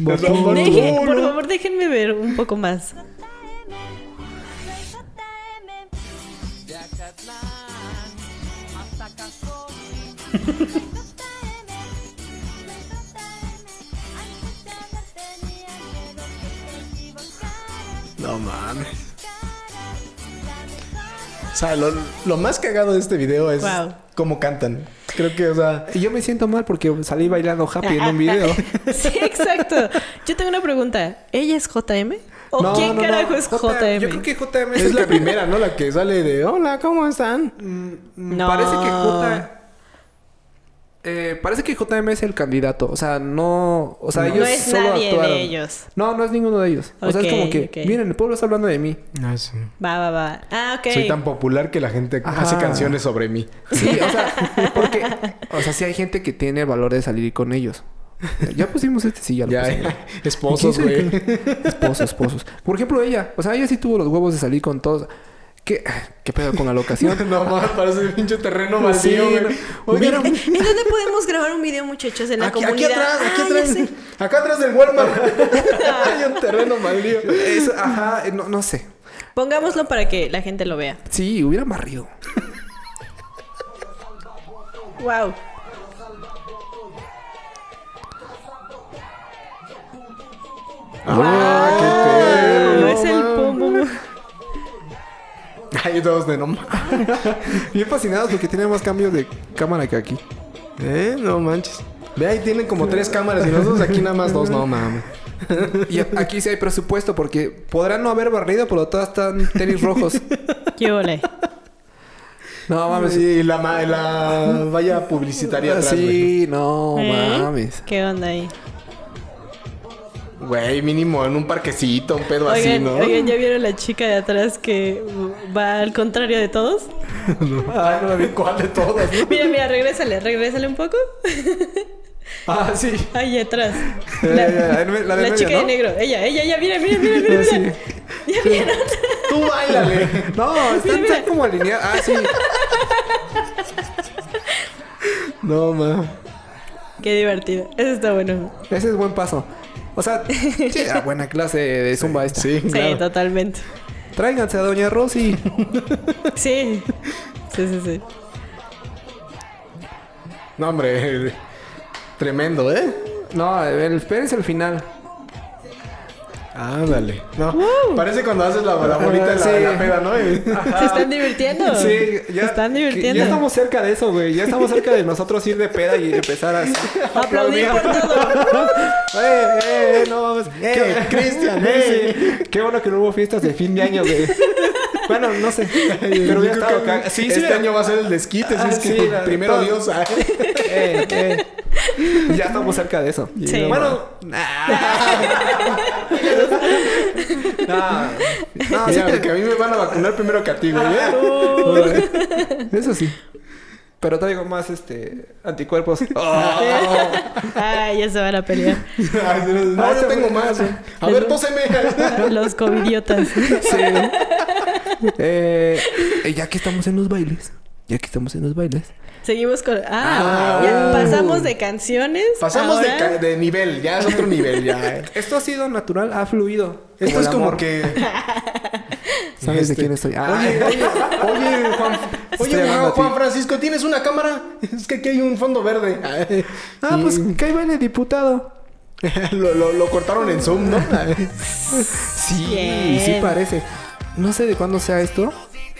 Speaker 2: Botón.
Speaker 3: Deje- por favor, déjenme ver un poco más.
Speaker 2: No mames. O sea, lo, lo más cagado de este video es
Speaker 3: Wow.
Speaker 2: cómo cantan. Creo que, o sea,
Speaker 1: Y yo me siento mal porque salí bailando happy en un video.
Speaker 3: Sí, exacto. Yo tengo una pregunta. ¿Ella es JM? ¿O
Speaker 2: No,
Speaker 3: quién
Speaker 2: no, no.
Speaker 3: carajo es JM?
Speaker 1: Yo creo que JM
Speaker 2: Es la primera, ¿no? La que sale de Hola, ¿cómo están?
Speaker 3: No.
Speaker 1: Parece que J. Eh, parece que JM es el candidato. O sea, no. O sea,
Speaker 3: No.
Speaker 1: ellos
Speaker 3: No es
Speaker 1: solo
Speaker 3: nadie de
Speaker 1: actuaron.
Speaker 3: ellos.
Speaker 1: No, no es ninguno de ellos. o sea, es
Speaker 3: Ok,
Speaker 1: como que.
Speaker 3: ok.
Speaker 1: Miren, el pueblo está hablando de mí.
Speaker 2: Ah, sí.
Speaker 3: Va, va, va. Ah, ok.
Speaker 2: Soy tan popular que la gente
Speaker 1: Ajá.
Speaker 2: hace canciones sobre mí.
Speaker 1: Sí, o sea, porque. O sea, sí hay gente que tiene el valor de salir con ellos. Ya pusimos este, sí, ya lo
Speaker 2: Ya, eh,
Speaker 1: pusimos.
Speaker 2: esposos,
Speaker 1: ¿Quién
Speaker 2: güey.
Speaker 1: sabe qué? Esposos, esposos. Por ejemplo, ella. O sea, ella sí tuvo los huevos de salir con todos. ¿Qué, qué pedo con la locación?
Speaker 2: No más, parece un pinche terreno
Speaker 1: Pues Sí,
Speaker 2: vacío, güey.
Speaker 1: no.
Speaker 2: Oigan,
Speaker 1: Hubiera-
Speaker 3: ¿En dónde podemos grabar un video, muchachos? En la
Speaker 2: aquí, aquí
Speaker 3: comunidad.
Speaker 2: atrás, aquí
Speaker 3: Ah, ya
Speaker 2: atrás.
Speaker 3: sé.
Speaker 2: Acá atrás del Walmart. Hay un terreno maldito.
Speaker 1: Eso, ajá, eh, no, no sé.
Speaker 3: Pongámoslo para que la gente lo vea.
Speaker 1: Sí, hubiera barrido.
Speaker 3: Wow.
Speaker 2: Ah,
Speaker 3: no
Speaker 2: qué pedo.
Speaker 3: es
Speaker 2: mames.
Speaker 3: el pum pum. pum.
Speaker 2: Ay, todos de no mames.
Speaker 1: Bien fascinados porque tiene más cambios de cámara que aquí.
Speaker 2: Eh, no manches. Ve ahí tienen como tres cámaras y nosotros aquí nada más dos, no mames.
Speaker 1: Y a- aquí sí hay presupuesto porque podrán no haber barrido, pero todas están tenis rojos.
Speaker 3: ¿Qué ole?
Speaker 1: No mames.
Speaker 2: Y la, ma- la valla publicitaria atrás, güey.
Speaker 1: Ah, sí, no
Speaker 3: ¿Eh?
Speaker 1: mames.
Speaker 3: ¿Qué onda ahí?
Speaker 2: Güey, mínimo en un parquecito, un pedo así,
Speaker 3: Oigan,
Speaker 2: ¿no?
Speaker 3: oigan, ¿ya vieron la chica de atrás que va al contrario de todos?
Speaker 2: Ay, no la vi cuál de todas, ¿no?
Speaker 3: Mira, mira, regrésale, regrésale un poco.
Speaker 1: Ah, sí.
Speaker 3: Ahí atrás.
Speaker 1: Ya,
Speaker 3: La,
Speaker 1: ya, ya, Eh, la de
Speaker 3: la
Speaker 1: medio,
Speaker 3: chica
Speaker 1: ¿no?
Speaker 3: de negro. Ella, ella, ella, mira, mira, mira, mira.
Speaker 1: Sí.
Speaker 3: mira. ¿Ya vieron?
Speaker 2: Tú bailale.
Speaker 1: No, están, están como alineadas. Ah, sí.
Speaker 2: No, mames.
Speaker 3: Qué divertido. Eso está bueno.
Speaker 1: Ese es buen paso. O sea, sí, era buena clase de zumba esta.
Speaker 2: Sí,
Speaker 3: Sí,
Speaker 2: claro.
Speaker 3: totalmente.
Speaker 1: Tráiganse a Doña Rosy.
Speaker 3: Sí. Sí, sí, sí.
Speaker 2: No, hombre. Tremendo, ¿eh?
Speaker 1: No, el- espérense al final.
Speaker 2: Ándale. No, parece cuando haces la, la bolita de la,
Speaker 1: Sí. Eh,
Speaker 2: la peda, ¿no? Y-
Speaker 3: Se están divirtiendo.
Speaker 1: Sí, ya.
Speaker 3: Se están divirtiendo.
Speaker 1: Ya estamos cerca de eso, güey. Ya estamos cerca de nosotros ir de peda y empezar así.
Speaker 3: Aplaudir por todo.
Speaker 1: ¡Eh, eh, eh! ¡No mames!
Speaker 2: ¡Eh, Cristian, eh!
Speaker 1: Sí. Qué bueno que no hubo fiestas de fin de año, güey. Bueno, no sé. Pero
Speaker 2: yo
Speaker 1: ya
Speaker 2: creo que
Speaker 1: estaba
Speaker 2: Sí, sí, este año va a ser el desquite, si
Speaker 1: Ah,
Speaker 2: es que
Speaker 1: sí, la-
Speaker 2: primero
Speaker 1: todo.
Speaker 2: Dios. ah.
Speaker 1: Eh, eh. Ya estamos cerca de eso.
Speaker 3: Sí.
Speaker 1: Bueno, nah. no, no, sí
Speaker 2: Mira,
Speaker 1: te-
Speaker 2: que a mí me van a vacunar primero que a ti, güey.
Speaker 3: Ah,
Speaker 2: ¿eh?
Speaker 1: Eso sí. Pero traigo más este anticuerpos.
Speaker 3: Ay, ya se van a pelear.
Speaker 2: Ay, Dios, no,
Speaker 1: Ah,
Speaker 2: yo
Speaker 1: se
Speaker 2: tengo
Speaker 1: fue.
Speaker 2: más. eh. güey. A ver, tóseme.
Speaker 3: Los covidiotas.
Speaker 1: Sí. Eh, eh, ya que estamos en los bailes. Ya que estamos en los bailes.
Speaker 3: Seguimos con. Ah,
Speaker 2: Ah,
Speaker 3: ya
Speaker 2: uh.
Speaker 3: pasamos de canciones.
Speaker 2: Pasamos de,
Speaker 3: ahora-
Speaker 2: ca- de nivel, ya es otro nivel, ya. eh.
Speaker 1: Esto ha sido natural, ha fluido.
Speaker 2: Esto es como que.
Speaker 1: ¿Sabes de
Speaker 2: Este,
Speaker 1: quién estoy? Ah,
Speaker 2: Oye, oye, oye, Juan,
Speaker 1: Estoy
Speaker 2: oye,
Speaker 1: hablando a ti.
Speaker 2: Juan Francisco, ¿tienes una cámara? Es que aquí hay un fondo verde. Ay,
Speaker 1: ah,
Speaker 2: y-
Speaker 1: pues que ahí viene diputado.
Speaker 2: lo, lo- lo cortaron en Zoom, ¿no? Ay,
Speaker 1: Sí,
Speaker 3: Bien.
Speaker 1: sí parece. No sé de cuándo sea esto.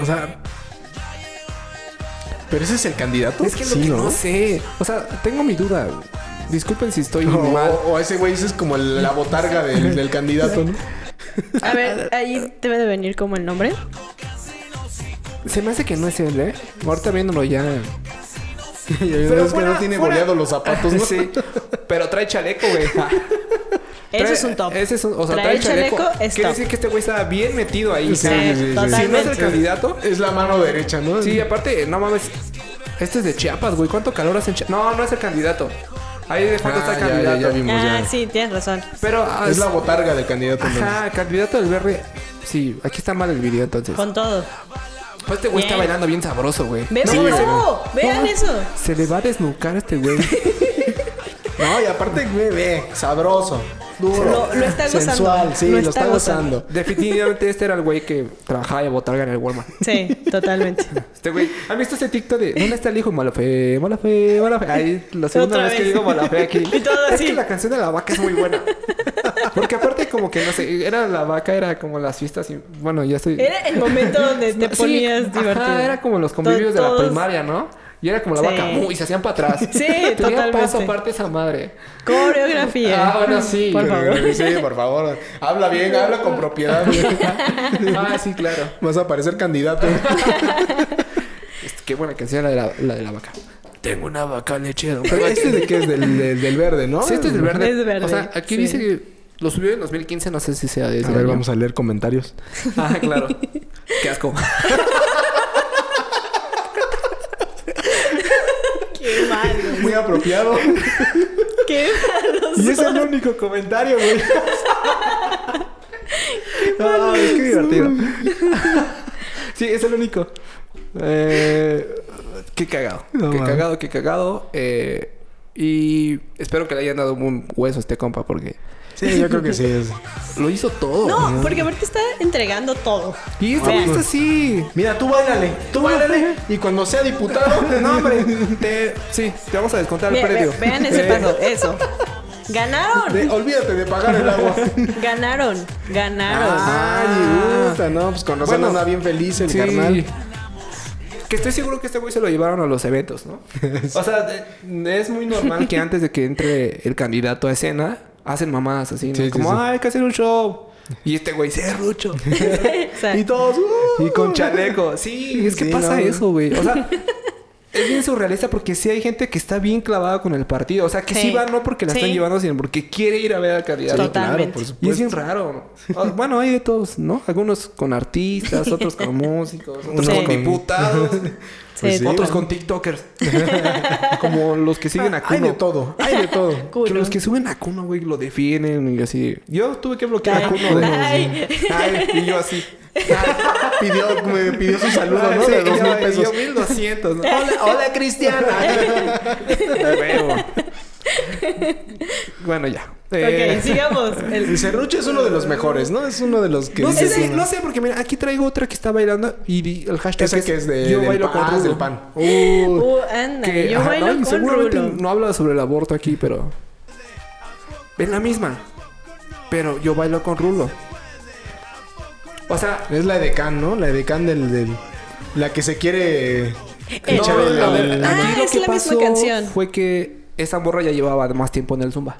Speaker 2: O sea. ¿Pero ese es el candidato?
Speaker 1: Es que lo que no sé. O sea, tengo mi duda. Disculpen si estoy
Speaker 2: O,
Speaker 1: mal.
Speaker 2: o- o ese güey ese es como el- la botarga del, del candidato, ¿no?
Speaker 3: A ver, ahí debe de venir como el nombre.
Speaker 1: Se me hace que no es él, ¿eh? Ahorita viéndolo ya.
Speaker 2: Pero es que no
Speaker 1: fuera-
Speaker 2: tiene
Speaker 1: fuera-
Speaker 2: boleado los zapatos, ¿no?
Speaker 1: Sí. Pero trae chaleco, güey.
Speaker 3: Eso
Speaker 1: Trae-
Speaker 3: es un top.
Speaker 1: Ese es un, o sea, trae,
Speaker 3: Trae chaleco, es
Speaker 1: Quiere
Speaker 3: top.
Speaker 1: decir que este güey estaba bien metido ahí.
Speaker 2: Sí, sí, sí,
Speaker 1: Si no
Speaker 2: sí.
Speaker 1: es el
Speaker 3: totalmente.
Speaker 1: candidato.
Speaker 2: Es la mano derecha, ¿no?
Speaker 1: Sí, aparte, no mames. Este es de Chiapas, güey. ¿Cuánto calor hace en Chiapas? No, no es el candidato. Ahí de
Speaker 2: Ah,
Speaker 1: fondo está el
Speaker 2: ya,
Speaker 1: candidato.
Speaker 2: ya, ya vimos,
Speaker 3: Ah,
Speaker 2: ya.
Speaker 3: sí, tienes razón.
Speaker 1: Pero ah,
Speaker 2: Es la botarga del candidato. ¿no?
Speaker 1: Ajá, candidato del verde. Sí, aquí está mal el video entonces.
Speaker 3: Con todo.
Speaker 1: Pues este güey está
Speaker 3: Bien.
Speaker 1: bailando bien sabroso, güey.
Speaker 3: Ve-
Speaker 1: No,
Speaker 3: no,
Speaker 1: se-
Speaker 3: vean eso.
Speaker 1: Se le va a desnucar a este güey.
Speaker 2: No, y aparte, güey, ve, sabroso, duro,
Speaker 3: Lo- lo está gozando.
Speaker 2: sensual, sí,
Speaker 3: Lo
Speaker 2: lo,
Speaker 3: está
Speaker 2: está gozando.
Speaker 1: Definitivamente este era el güey que trabajaba de botarga en el Walmart.
Speaker 3: Sí, totalmente.
Speaker 1: Este güey, ¿han visto ese TikTok de ¿Dónde está el hijo? Mala fe, mala fe, mala fe. Ahí la segunda
Speaker 3: Otra
Speaker 1: vez, que
Speaker 3: vez.
Speaker 1: digo mala fe aquí.
Speaker 3: Y todo
Speaker 1: es
Speaker 3: así.
Speaker 1: que la canción de la vaca es muy buena. Porque aparte como que no sé, era la vaca, era como las fiestas y bueno, ya estoy
Speaker 3: Era el momento donde te
Speaker 1: Sí,
Speaker 3: ponías
Speaker 1: ajá,
Speaker 3: divertido.
Speaker 1: era como los convivios de la
Speaker 3: Todos-
Speaker 1: primaria, ¿no? Y era como la
Speaker 3: Sí.
Speaker 1: vaca, ¡mu! y se hacían para atrás.
Speaker 3: Sí,
Speaker 1: Tenía paso
Speaker 3: totalmente.
Speaker 1: aparte esa madre.
Speaker 3: Coreografía.
Speaker 1: Ah, bueno, sí.
Speaker 3: Por favor.
Speaker 2: Sí, por favor. Habla bien, habla con propiedad.
Speaker 1: ah, sí, claro.
Speaker 2: Vas a parecer candidato.
Speaker 1: Este, qué buena canción la de la, la de la vaca. Tengo una vaca lechera.
Speaker 2: Pero este de qué es del, del, del verde, ¿no?
Speaker 1: Sí, este es del verde.
Speaker 3: Es verde,
Speaker 1: O sea, aquí
Speaker 3: sí.
Speaker 1: dice que lo subió en 2015, no sé si sea de ese
Speaker 2: A ver,
Speaker 1: año.
Speaker 2: vamos a leer comentarios.
Speaker 1: Ah, claro. Qué asco.
Speaker 3: Qué malo.
Speaker 2: Muy apropiado.
Speaker 3: Qué malo.
Speaker 2: y es el único comentario, güey.
Speaker 1: Ay, qué divertido. sí, es el único. Eh, qué cagado.
Speaker 2: No
Speaker 1: qué
Speaker 2: mames.
Speaker 1: cagado, qué cagado. Eh, y espero que le hayan dado un buen hueso a este compa porque
Speaker 2: Sí, yo creo que sí. Es.
Speaker 1: lo hizo todo.
Speaker 3: No, porque aparte está entregando todo.
Speaker 1: Y esta
Speaker 3: Vean.
Speaker 1: lista sí.
Speaker 2: Mira, tú bailale, tú bailale. Y cuando sea diputado,
Speaker 1: No, hombre. Te, sí, te vamos a descontar el
Speaker 3: Ve- ve-
Speaker 1: predio.
Speaker 3: vean ese
Speaker 1: Eh,
Speaker 3: paso, eso. Ganaron,
Speaker 2: de- olvídate de pagar el agua.
Speaker 3: ganaron, ganaron.
Speaker 1: Ah.
Speaker 2: Ay, Ah, gusta, ¿no? Pues con razón
Speaker 1: Bueno.
Speaker 2: anda bien feliz el
Speaker 1: Sí.
Speaker 2: carnal.
Speaker 1: Que estoy seguro que este güey se lo llevaron a los eventos, ¿no? O sea, de- es muy normal que antes de que entre el candidato a escena, hacen mamadas así, ¿no?
Speaker 2: Sí, sí,
Speaker 1: Como,
Speaker 2: sí.
Speaker 1: "Ay, hay que hacer un show. Y este güey, serrucho.
Speaker 3: O sea,
Speaker 2: Y todos. ¡uh!
Speaker 1: y con chaleco. Sí, es que
Speaker 2: Sí,
Speaker 1: pasa
Speaker 2: no,
Speaker 1: eso, güey. O sea, es bien surrealista porque sí hay gente que está bien clavada con el partido. O sea, que sí,
Speaker 3: Sí.
Speaker 1: va no porque la están
Speaker 3: Sí.
Speaker 1: llevando, sino porque quiere ir a ver al candidato.
Speaker 3: Total. Totalmente.
Speaker 2: por
Speaker 1: Y es
Speaker 2: supuesto.
Speaker 1: bien raro. O- Bueno, hay de todos, ¿no? Algunos con artistas, otros con músicos, otros
Speaker 3: Sí.
Speaker 1: con diputados,
Speaker 2: Pues sí.
Speaker 1: otros con TikTokers. Como los que siguen a
Speaker 2: Hay de
Speaker 1: Kuno.
Speaker 2: todo, hay de todo.
Speaker 1: Que
Speaker 3: culo.
Speaker 1: los que suben a Kuno, güey, lo defienden y así. Yo tuve que bloquear a
Speaker 3: Ay.
Speaker 1: Kuno de
Speaker 3: Ay.
Speaker 1: Ay, y yo así.
Speaker 2: Pidió, me pidió su saludo, ¿no?
Speaker 1: Ah, Sí,
Speaker 2: De
Speaker 1: y
Speaker 2: dos
Speaker 1: yo-
Speaker 2: mil
Speaker 1: y
Speaker 2: pesos.
Speaker 1: Yo mil doscientos. ¿no? Hola, hola, Cristiana. De huevo. Bueno, ya. Eh,
Speaker 3: ok, sigamos. El-
Speaker 2: El serrucho es uno de los mejores, ¿no? Es uno de los que
Speaker 1: No sé,
Speaker 2: dices,
Speaker 1: si-
Speaker 2: "Uno".
Speaker 1: no sé, porque mira, aquí traigo otra que está bailando y di- el hashtag
Speaker 2: Ese que es de,
Speaker 1: yo
Speaker 2: del
Speaker 1: bailo
Speaker 2: pan,
Speaker 1: con
Speaker 2: ah,
Speaker 1: Rulo.
Speaker 2: del pan.
Speaker 1: Uh,
Speaker 3: Uh, anda,
Speaker 1: que-
Speaker 3: yo
Speaker 1: ajá,
Speaker 3: bailo
Speaker 1: no, y
Speaker 3: con
Speaker 1: seguramente
Speaker 3: Rulo.
Speaker 1: no habla sobre el aborto aquí, pero es la misma. Pero yo bailo con Rulo. O sea,
Speaker 2: Es la edecán, ¿no? La edecán del, del... La que se quiere...
Speaker 3: El-
Speaker 2: echar
Speaker 1: no,
Speaker 2: el-
Speaker 1: a ver,
Speaker 2: el-
Speaker 3: Eh, Ah,
Speaker 1: aquí lo
Speaker 3: es
Speaker 1: que
Speaker 3: la misma
Speaker 1: pasó
Speaker 3: canción.
Speaker 1: Fue que esa morra ya llevaba más tiempo en el Zumba.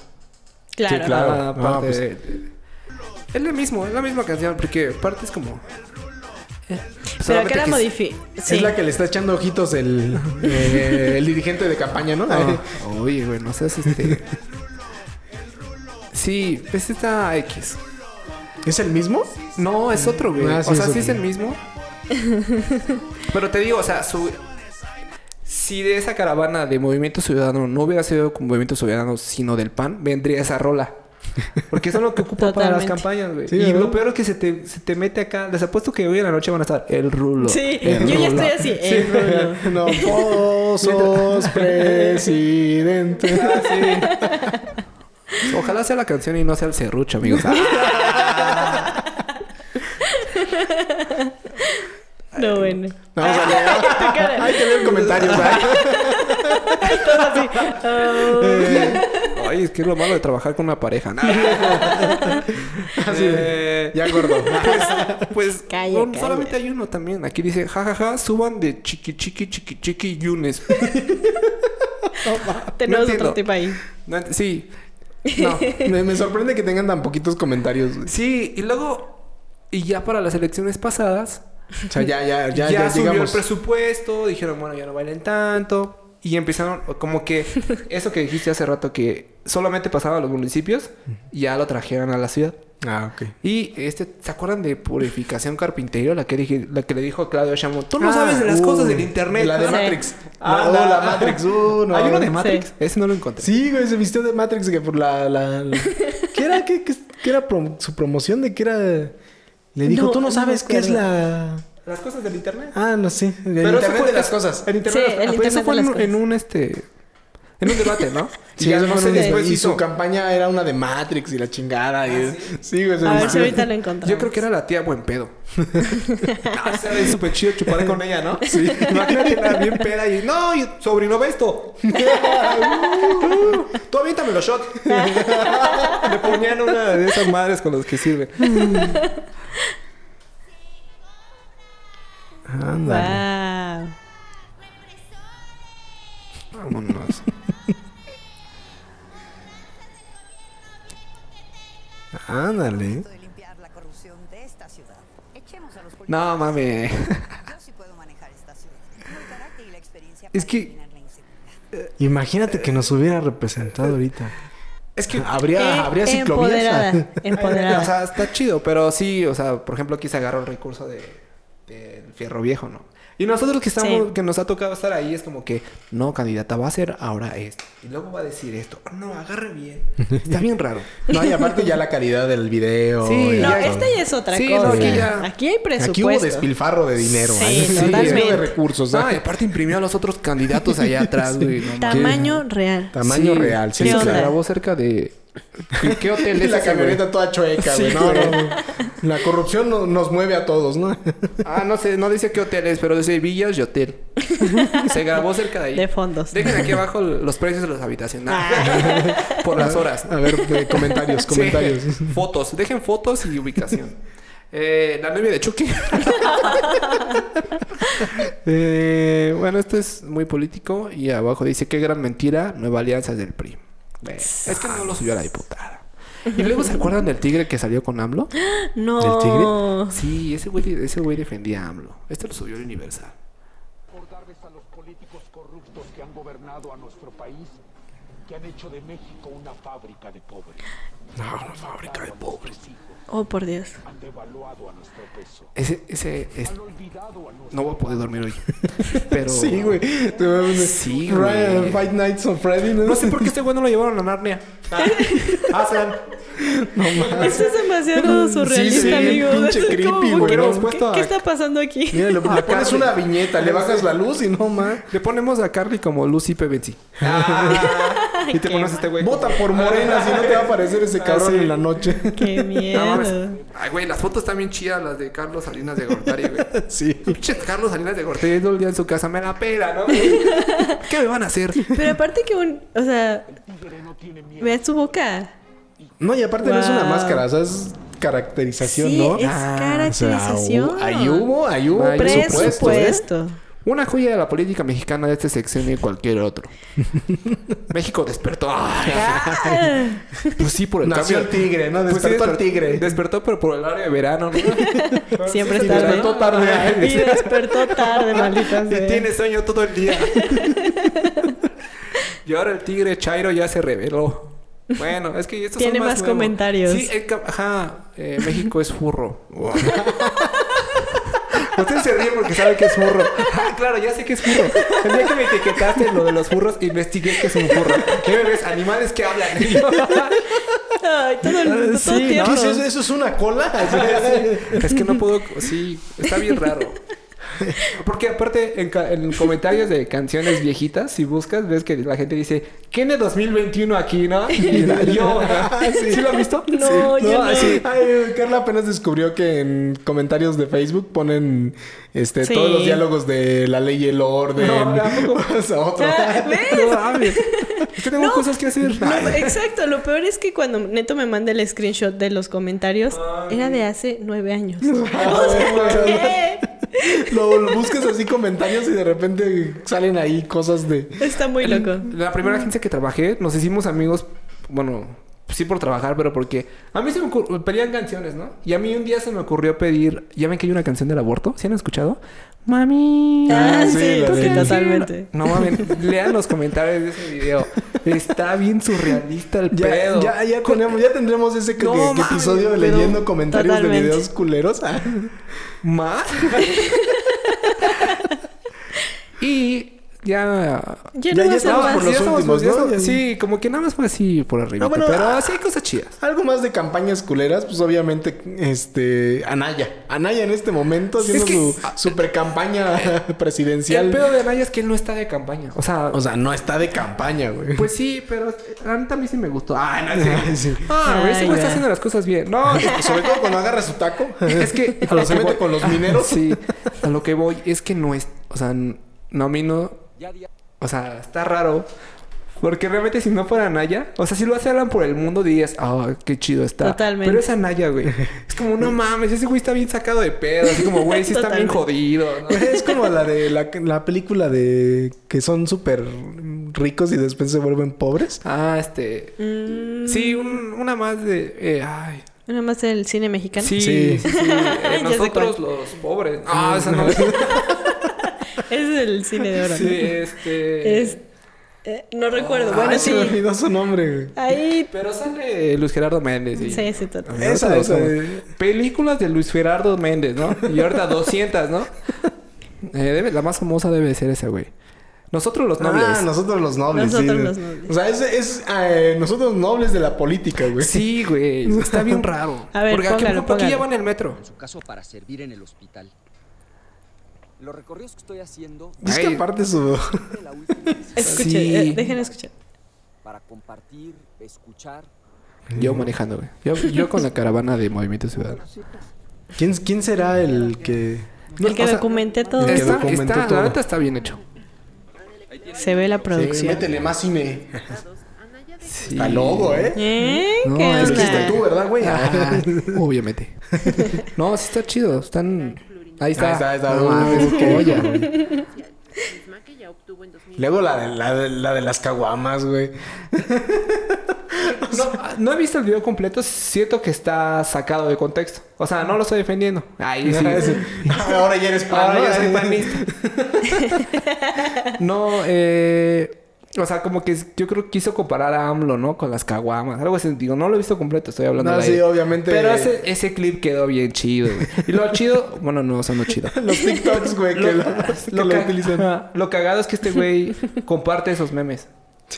Speaker 3: Claro.
Speaker 2: Sí, claro.
Speaker 1: Ah,
Speaker 2: Ah,
Speaker 1: aparte
Speaker 2: pues.
Speaker 1: de- de- es lo mismo, es la misma canción, porque parte es como. eh,
Speaker 3: Pero acá
Speaker 1: solamente
Speaker 3: la
Speaker 1: que-
Speaker 3: modifi... Sí.
Speaker 2: Es la que le está echando ojitos el, eh, el dirigente de campaña, ¿no?
Speaker 3: Ah.
Speaker 1: No, oye, güey, no seas este. Sí, es esta X.
Speaker 2: ¿Es el mismo?
Speaker 1: No, es otro, güey.
Speaker 2: Ah, sí,
Speaker 1: o
Speaker 2: es
Speaker 1: sea, sí
Speaker 2: otro.
Speaker 1: es el mismo. Pero te digo, o sea, su... si de esa caravana de Movimiento Ciudadano no hubiera sido con Movimiento Ciudadano, sino del PAN, vendría esa rola. Porque eso es lo que ocupa para las
Speaker 3: Totalmente.
Speaker 1: campañas, güey.
Speaker 2: Sí,
Speaker 1: y
Speaker 2: ¿verdad?
Speaker 1: lo peor es que se te, se te mete acá. Les apuesto que hoy en la noche van a estar el rulo.
Speaker 3: Sí,
Speaker 1: el
Speaker 3: yo ya
Speaker 1: rulo.
Speaker 3: estoy así. El Rulo.
Speaker 2: No, vos sos presidente.
Speaker 1: Ah, sí. Ojalá sea la canción y no sea el serrucho, amigos. Ah,
Speaker 3: No, bueno.
Speaker 2: Vamos a leer.
Speaker 1: Ah,
Speaker 3: Tu cara.
Speaker 2: Hay que leer comentarios, ¿verdad?
Speaker 3: Todo así. Oh.
Speaker 1: Ay, es que es lo malo de trabajar con una pareja. ¿no?
Speaker 2: Así
Speaker 1: Eh,
Speaker 2: Ya gordo.
Speaker 1: Pues
Speaker 3: Calla,
Speaker 1: no,
Speaker 3: calla.
Speaker 1: solamente hay uno también. Aquí dice, jajaja, suban de chiqui chiqui chiqui chiqui yunes.
Speaker 3: Tenemos
Speaker 1: entiendo.
Speaker 3: otro tipo ahí.
Speaker 1: No ent- sí. No.
Speaker 2: Me, me sorprende que tengan tan poquitos comentarios. güey.
Speaker 1: Sí, y luego, y ya para las elecciones pasadas,
Speaker 2: O sea, ya, ya, ya,
Speaker 1: ya,
Speaker 2: ya,
Speaker 1: subió
Speaker 2: digamos.
Speaker 1: el presupuesto, dijeron, bueno, ya no bailen tanto. Y empezaron, como que eso que dijiste hace rato, que solamente pasaba a los municipios, ya lo trajeron a la ciudad.
Speaker 2: Ah, ok.
Speaker 1: Y este, ¿se acuerdan de Purificación Carpintero? La que, dije- la que le dijo a Claudio Shamo, tú no
Speaker 2: Ah,
Speaker 1: sabes de las
Speaker 2: uh,
Speaker 1: cosas del internet.
Speaker 2: La de
Speaker 1: ¿no?"
Speaker 3: Sí.
Speaker 2: Matrix.
Speaker 1: Ah,
Speaker 2: no,
Speaker 1: la-
Speaker 2: la Matrix. uh, no.
Speaker 1: Hay uno de Matrix.
Speaker 3: Sí.
Speaker 1: Ese no lo encontré.
Speaker 2: Sí, güey, se vistió de Matrix que por la. la, la- ¿Qué era? ¿Qué, qué- qué era prom- su promoción de que era? Le dijo,
Speaker 3: No,
Speaker 2: tú no
Speaker 3: no
Speaker 2: sabes
Speaker 3: me
Speaker 2: qué es
Speaker 3: acuerdo.
Speaker 2: la.
Speaker 1: Las cosas del internet.
Speaker 2: Ah, no sé. El
Speaker 1: Pero eso
Speaker 2: internet
Speaker 1: fue-
Speaker 2: de las cosas.
Speaker 1: El internet.
Speaker 3: Sí,
Speaker 1: de las-
Speaker 3: el
Speaker 1: ah, pues
Speaker 3: internet de las
Speaker 1: Eso fue en un-
Speaker 3: cosas.
Speaker 1: en un este. En un debate, ¿no?
Speaker 2: Sí,
Speaker 1: y ya
Speaker 2: eso
Speaker 1: no
Speaker 2: fue
Speaker 1: sé
Speaker 2: un-
Speaker 1: después
Speaker 2: y
Speaker 1: hizo.
Speaker 2: su campaña era una de Matrix y la chingada. y- sí, güey, se
Speaker 3: Ah, A ver si
Speaker 2: vistió-
Speaker 3: ahorita lo encontramos.
Speaker 1: Yo creo que era la tía buen pedo. ah, se ve súper chido chupar con ella, ¿no? Sí. Imagínate la bien peda y. No, y sobrino, ve esto. Tú aviéntame los shots. Le ponían una de esas madres con las que sirven.
Speaker 2: Ándale.
Speaker 3: Wow.
Speaker 2: Ándale.
Speaker 6: de limpiar la corrupción de esta ciudad. Echemos a los políticos.
Speaker 1: No mames.
Speaker 6: Yo sí puedo manejar esta ciudad. Tengo el carácter y la experiencia
Speaker 1: Es
Speaker 6: para
Speaker 1: que-
Speaker 6: eliminar la inseguridad.
Speaker 2: Imagínate que nos hubiera representado ahorita.
Speaker 1: Es que
Speaker 2: Habría,
Speaker 3: Eh,
Speaker 2: habría ciclovías.
Speaker 3: empoderada, empoderada.
Speaker 1: O sea, está chido, pero sí, o sea, por ejemplo, aquí se agarró el recurso de, del fierro viejo, ¿no? Y nosotros que estamos,
Speaker 3: Sí.
Speaker 1: que nos ha tocado estar ahí, es como que, no, candidata, va a ser ahora esto. Y luego va a decir esto. "Ah, No, agarre bien. Está bien raro.
Speaker 2: No, y aparte ya la calidad del video.
Speaker 1: Sí,
Speaker 2: y
Speaker 3: No,
Speaker 1: ya-
Speaker 2: todo.
Speaker 3: esta ya es otra
Speaker 1: Sí, no,
Speaker 3: cosa.
Speaker 1: aquí ya-
Speaker 3: Aquí hay presupuesto.
Speaker 2: Aquí hubo despilfarro de dinero.
Speaker 3: Sí,
Speaker 2: ¿eh?
Speaker 3: totalmente.
Speaker 2: de recursos.
Speaker 1: No, Ah, y
Speaker 2: ¿eh?
Speaker 1: aparte imprimió a los otros candidatos allá atrás, güey. no mames.
Speaker 3: Tamaño real.
Speaker 2: Tamaño
Speaker 1: Sí,
Speaker 2: real.
Speaker 1: Sí,
Speaker 2: Sí,
Speaker 3: ¿Qué
Speaker 1: se
Speaker 3: onda?
Speaker 1: grabó cerca de... ¿Qué- ¿Qué hotel
Speaker 2: Y
Speaker 1: es
Speaker 2: la
Speaker 1: ese, güey?
Speaker 2: camioneta toda chueca, güey.
Speaker 1: Sí,
Speaker 2: No,
Speaker 1: güey.
Speaker 2: no, no. La corrupción no- nos mueve a todos, ¿no?
Speaker 1: Ah, no sé, no dice qué hotel es, pero dice Villas y Hotel. Se grabó cerca de ahí.
Speaker 3: De fondos.
Speaker 1: Dejen aquí abajo los precios de las habitaciones. Por las horas.
Speaker 2: A ver, de comentarios,
Speaker 1: Sí.
Speaker 2: comentarios.
Speaker 1: Fotos. Dejen fotos y ubicación. Eh, la novia de Chucky. Eh, bueno, esto es muy político. Y abajo dice: Qué gran mentira. Nueva alianza del PRI. Eh, es que no lo subió a la diputada. Y luego se acuerdan del tigre que salió con AMLO.
Speaker 3: No.
Speaker 2: ¿Del
Speaker 1: Sí, ese güey, ese güey defendía a AMLO. Este lo subió el Universal.
Speaker 4: recordarles a los políticos corruptos que han gobernado a nuestro país que han hecho de México una fábrica de pobres.
Speaker 3: Oh, por Dios.
Speaker 4: Han devaluado a nuestro peso.
Speaker 1: Ese, ese, es-
Speaker 4: Han olvidado a nuestro
Speaker 1: no voy a poder dormir hoy. Pero.
Speaker 2: Sí, güey. Te veo-
Speaker 1: Sí,
Speaker 2: Ryan,
Speaker 1: güey.
Speaker 2: Five Nights on Freddy, ¿no?
Speaker 1: No sé por qué este güey no lo llevaron a Narnia. Ah, Sam.
Speaker 3: Esto es demasiado surrealista,
Speaker 2: sí,
Speaker 3: amigos.
Speaker 2: pinche
Speaker 3: Esto es
Speaker 2: creepy,
Speaker 3: como,
Speaker 2: güey,
Speaker 1: ¿no?
Speaker 3: ¿qué- ¿Qué,
Speaker 1: Puesto a-
Speaker 3: está pasando aquí?
Speaker 2: Mira, le, le
Speaker 1: Ah,
Speaker 2: pones
Speaker 1: Carly.
Speaker 2: una viñeta, le bajas la luz y no, man.
Speaker 1: Le ponemos a Carly como Lucy Pevensi. y te
Speaker 3: Ah. qué
Speaker 1: pones a este güey. Ah,
Speaker 2: Vota por Morena si no te va a aparecer ese cabrón
Speaker 1: sí.
Speaker 2: en la noche.
Speaker 3: Qué
Speaker 1: No
Speaker 3: miedo.
Speaker 1: mames. Ay, güey, las fotos están bien chidas, las de Carlos Salinas de Gortari, güey.
Speaker 2: Sí.
Speaker 1: Pinche Carlos Salinas de Gortari todo el día en su casa. Me la pela, ¿no? ¿Qué me van a hacer?
Speaker 3: Pero aparte que un, o sea, vean su boca.
Speaker 2: No, y aparte no es una
Speaker 3: Wow.
Speaker 2: máscara, o sea, es caracterización,
Speaker 3: Sí,
Speaker 2: ¿no? Ah,
Speaker 3: es caracterización.
Speaker 2: hu- ahí hubo, ahí hubo
Speaker 1: Hay
Speaker 2: presupuesto, ¿eh?
Speaker 3: Presupuesto.
Speaker 1: Una joya de la política mexicana de esta sección y cualquier otro. México despertó. Ay,
Speaker 3: Ah,
Speaker 1: pues sí, por el
Speaker 2: Nació
Speaker 1: cambio.
Speaker 2: el tigre, ¿no?
Speaker 1: Pues sí,
Speaker 2: Despertó el
Speaker 1: desper-
Speaker 2: tigre.
Speaker 1: Despertó, pero por el área de verano, ¿no?
Speaker 3: Siempre
Speaker 1: Sí,
Speaker 3: es tarde.
Speaker 1: Despertó tarde.
Speaker 3: Y despertó tarde, maldita
Speaker 1: Y
Speaker 3: sea.
Speaker 1: tiene sueño todo el día. y ahora el tigre Chairo ya se reveló. Bueno, es que estos son
Speaker 3: Tiene más
Speaker 1: nuevos.
Speaker 3: comentarios.
Speaker 1: Sí, el cam- ajá. eh, México es furro. Usted se ríe porque sabe que es furro. Ah, claro, ya sé que es furro. El día que me etiquetaste en lo de los furros, investigué que es un furro. ¿Qué me ves? Animales que hablan.
Speaker 3: Ay, todo el mundo, todo
Speaker 2: Sí,
Speaker 3: el
Speaker 2: ¿no?
Speaker 3: tiempo.
Speaker 2: ¿Qué es eso? ¿Eso es una cola?
Speaker 1: es que no puedo... Sí, está bien raro. Porque aparte, en, ca- en comentarios de canciones viejitas, si buscas, ves que la gente dice, ¿quién es 2021 aquí, no? Y la- yo, ¿no? Ah, ¿Sí. lo has visto?
Speaker 3: No,
Speaker 1: Sí.
Speaker 3: yo no.
Speaker 1: así.
Speaker 2: Ay, Carla apenas descubrió que en comentarios de Facebook ponen este
Speaker 3: Sí.
Speaker 2: todos los diálogos de la ley y el orden.
Speaker 1: No, tampoco.
Speaker 2: O sea, otro.
Speaker 3: Ah, ¿ves?
Speaker 1: No mames. Yo Tengo
Speaker 3: No.
Speaker 1: cosas que hacer.
Speaker 3: No, exacto, lo peor es que cuando Neto me manda el screenshot de los comentarios, era de hace nueve años. O sea, ¿qué?
Speaker 2: Lo, Ah, lo buscas así comentarios y de repente salen ahí cosas de.
Speaker 3: Está muy loco.
Speaker 1: La primera agencia que trabajé, nos hicimos amigos, bueno, sí por trabajar, pero porque a mí se me ocurrió, pedían canciones, ¿no? Y a mí un día se me ocurrió pedir, ya ven que hay una canción del aborto, ¿sí han escuchado? Mami.
Speaker 3: Ah,
Speaker 2: sí,
Speaker 3: sí,
Speaker 2: la
Speaker 1: ¿tú
Speaker 2: de-
Speaker 3: sí,
Speaker 1: qué
Speaker 3: totalmente.
Speaker 1: No mames, lean los comentarios de ese video. Está bien surrealista el
Speaker 2: Ya,
Speaker 1: pedo.
Speaker 2: ya, ya, tenemos, ya tendremos ese que-
Speaker 1: No,
Speaker 2: que- que
Speaker 1: mames,
Speaker 2: episodio de
Speaker 1: pero-
Speaker 2: leyendo comentarios
Speaker 3: Totalmente.
Speaker 2: de videos culeros. Ah,
Speaker 1: ¿Más? y ya...
Speaker 3: Ya
Speaker 2: Ya-
Speaker 3: no
Speaker 2: ya
Speaker 3: va a ser
Speaker 2: estábamos
Speaker 1: Nada más,
Speaker 2: por
Speaker 3: más.
Speaker 2: los
Speaker 1: ya estamos-
Speaker 2: últimos,
Speaker 1: ya
Speaker 2: ¿no?
Speaker 1: estamos-
Speaker 2: Ya-
Speaker 1: Sí, como que nada más fue así por arriba.
Speaker 2: bueno,
Speaker 1: pero
Speaker 2: ah.
Speaker 1: sí hay cosas chidas.
Speaker 2: Algo más de campañas culeras, pues obviamente, este, Anaya. Anaya en este momento haciendo
Speaker 1: que-
Speaker 2: su super campaña
Speaker 1: el
Speaker 2: presidencial.
Speaker 1: pedo de Anaya es que él no está de campaña. O sea,
Speaker 2: O sea, no está de campaña, güey.
Speaker 1: Pues sí, pero la neta a mí sí me gustó. Ah, no sé.
Speaker 2: Sí.
Speaker 1: Ah, güey, ese
Speaker 3: Ay,
Speaker 1: güey
Speaker 3: ya.
Speaker 1: está haciendo las cosas bien. No,
Speaker 2: Sobre todo cuando agarra su taco.
Speaker 1: es que.
Speaker 2: Y cuando se mete
Speaker 1: voy-
Speaker 2: con los mineros.
Speaker 1: Sí, a lo que voy es que no es. O sea, n- no, a mí no. O sea, está raro. Porque realmente si no fuera Anaya, o sea, si lo hace Alan por el mundo dirías, ah, qué chido está.
Speaker 3: Totalmente.
Speaker 1: Pero es Anaya, güey. Es como, no mames, ese güey está bien sacado de pedo. Así como, güey, sí está bien
Speaker 3: Totalmente.
Speaker 1: jodido. ¿no?
Speaker 2: Es como la de la, la película de que son súper ricos y después se vuelven pobres?
Speaker 1: Ah, este.
Speaker 3: Mm,
Speaker 1: Sí, un- una más de. eh, ay.
Speaker 3: Nada más del cine mexicano.
Speaker 1: Sí,
Speaker 2: Sí.
Speaker 1: sí, sí. Eh,
Speaker 3: Ya sé
Speaker 1: nosotros
Speaker 3: cuál.
Speaker 1: los pobres. Ah, esa no.
Speaker 3: Es el cine de oro.
Speaker 1: Sí,
Speaker 3: ¿no?
Speaker 1: este.
Speaker 3: Es- eh, no recuerdo.
Speaker 1: Ah,
Speaker 3: bueno,
Speaker 2: Ay,
Speaker 3: sí.
Speaker 2: se me olvidó su nombre, güey.
Speaker 3: Ahí.
Speaker 1: Pero sale Luis Gerardo Méndez. Y...
Speaker 3: Sí, sí, total.
Speaker 1: Ahorita
Speaker 2: Esa,
Speaker 1: lo
Speaker 2: esa.
Speaker 1: buscamos.
Speaker 2: eh.
Speaker 1: Películas de Luis Gerardo Méndez, ¿no? Y ahorita 200, ¿no? Eh, debe- la más famosa debe de ser esa, güey. Nosotros los nobles.
Speaker 2: Ah, nosotros los nobles.
Speaker 3: Nosotros
Speaker 2: sí.
Speaker 3: los nobles.
Speaker 2: O sea, es, es eh, nosotros nobles de la política, güey.
Speaker 1: Sí, güey. Está bien raro.
Speaker 3: A ver,
Speaker 1: Porque aquí,
Speaker 3: póngalo,
Speaker 1: por ejemplo, aquí ya
Speaker 3: póngalo.
Speaker 1: va en el metro.
Speaker 7: en su caso para servir en el hospital. Los recorridos que estoy haciendo
Speaker 2: Y es que
Speaker 1: Ay.
Speaker 2: aparte su.
Speaker 7: de la última vez
Speaker 3: Escuchen,
Speaker 1: Sí.
Speaker 3: eh, dejen escuchar.
Speaker 7: para compartir, escuchar.
Speaker 1: Yo manejando, güey. Yo, yo con la caravana de Movimiento Ciudadano.
Speaker 2: ¿Quién, ¿Quién será el que.?
Speaker 3: el que
Speaker 1: o sea,
Speaker 3: documenté todo.
Speaker 2: que
Speaker 1: Está,
Speaker 2: documentó
Speaker 1: está,
Speaker 2: todo.
Speaker 1: la neta está bien hecho.
Speaker 3: Se ve la
Speaker 2: Sí,
Speaker 3: producción.
Speaker 2: eh, métele más cine.
Speaker 1: Sí.
Speaker 2: Está loco, ¿eh?
Speaker 3: ¿Eh?
Speaker 1: No,
Speaker 3: ¿Qué
Speaker 1: es
Speaker 2: Lo
Speaker 1: que
Speaker 3: onda?
Speaker 2: hiciste tú, ¿verdad, güey?
Speaker 1: Ah, obviamente. No, sí está chido. Están. Ahí está. Uh,
Speaker 2: Ahí está, ahí está.
Speaker 1: No mames,
Speaker 2: Qué
Speaker 1: joya, güey.
Speaker 2: Luego la de, la de, la de las caguamas, güey.
Speaker 1: No, no he visto el video completo, siento que está sacado de contexto. O sea, no lo estoy defendiendo. Ahí sí.
Speaker 2: "Ah,
Speaker 1: Ah,
Speaker 2: Ahora ya eres pan,
Speaker 1: Ahora
Speaker 2: ¿no?
Speaker 1: ya soy panista. no, eh. O sea, como que yo creo que quiso comparar a AMLO, ¿no? Con las caguamas. Algo así. Digo, no lo he visto completo, estoy hablando
Speaker 2: No,
Speaker 1: al
Speaker 2: sí,
Speaker 1: aire.
Speaker 2: obviamente.
Speaker 1: Pero ese, ese clip quedó bien chido, güey. Y lo chido, bueno, no, o sea, no chido.
Speaker 2: Los TikToks, güey, que lo, que
Speaker 1: lo
Speaker 2: lo
Speaker 1: ca-
Speaker 2: utilizan.
Speaker 1: Ajá. Lo cagado es que este güey comparte esos memes.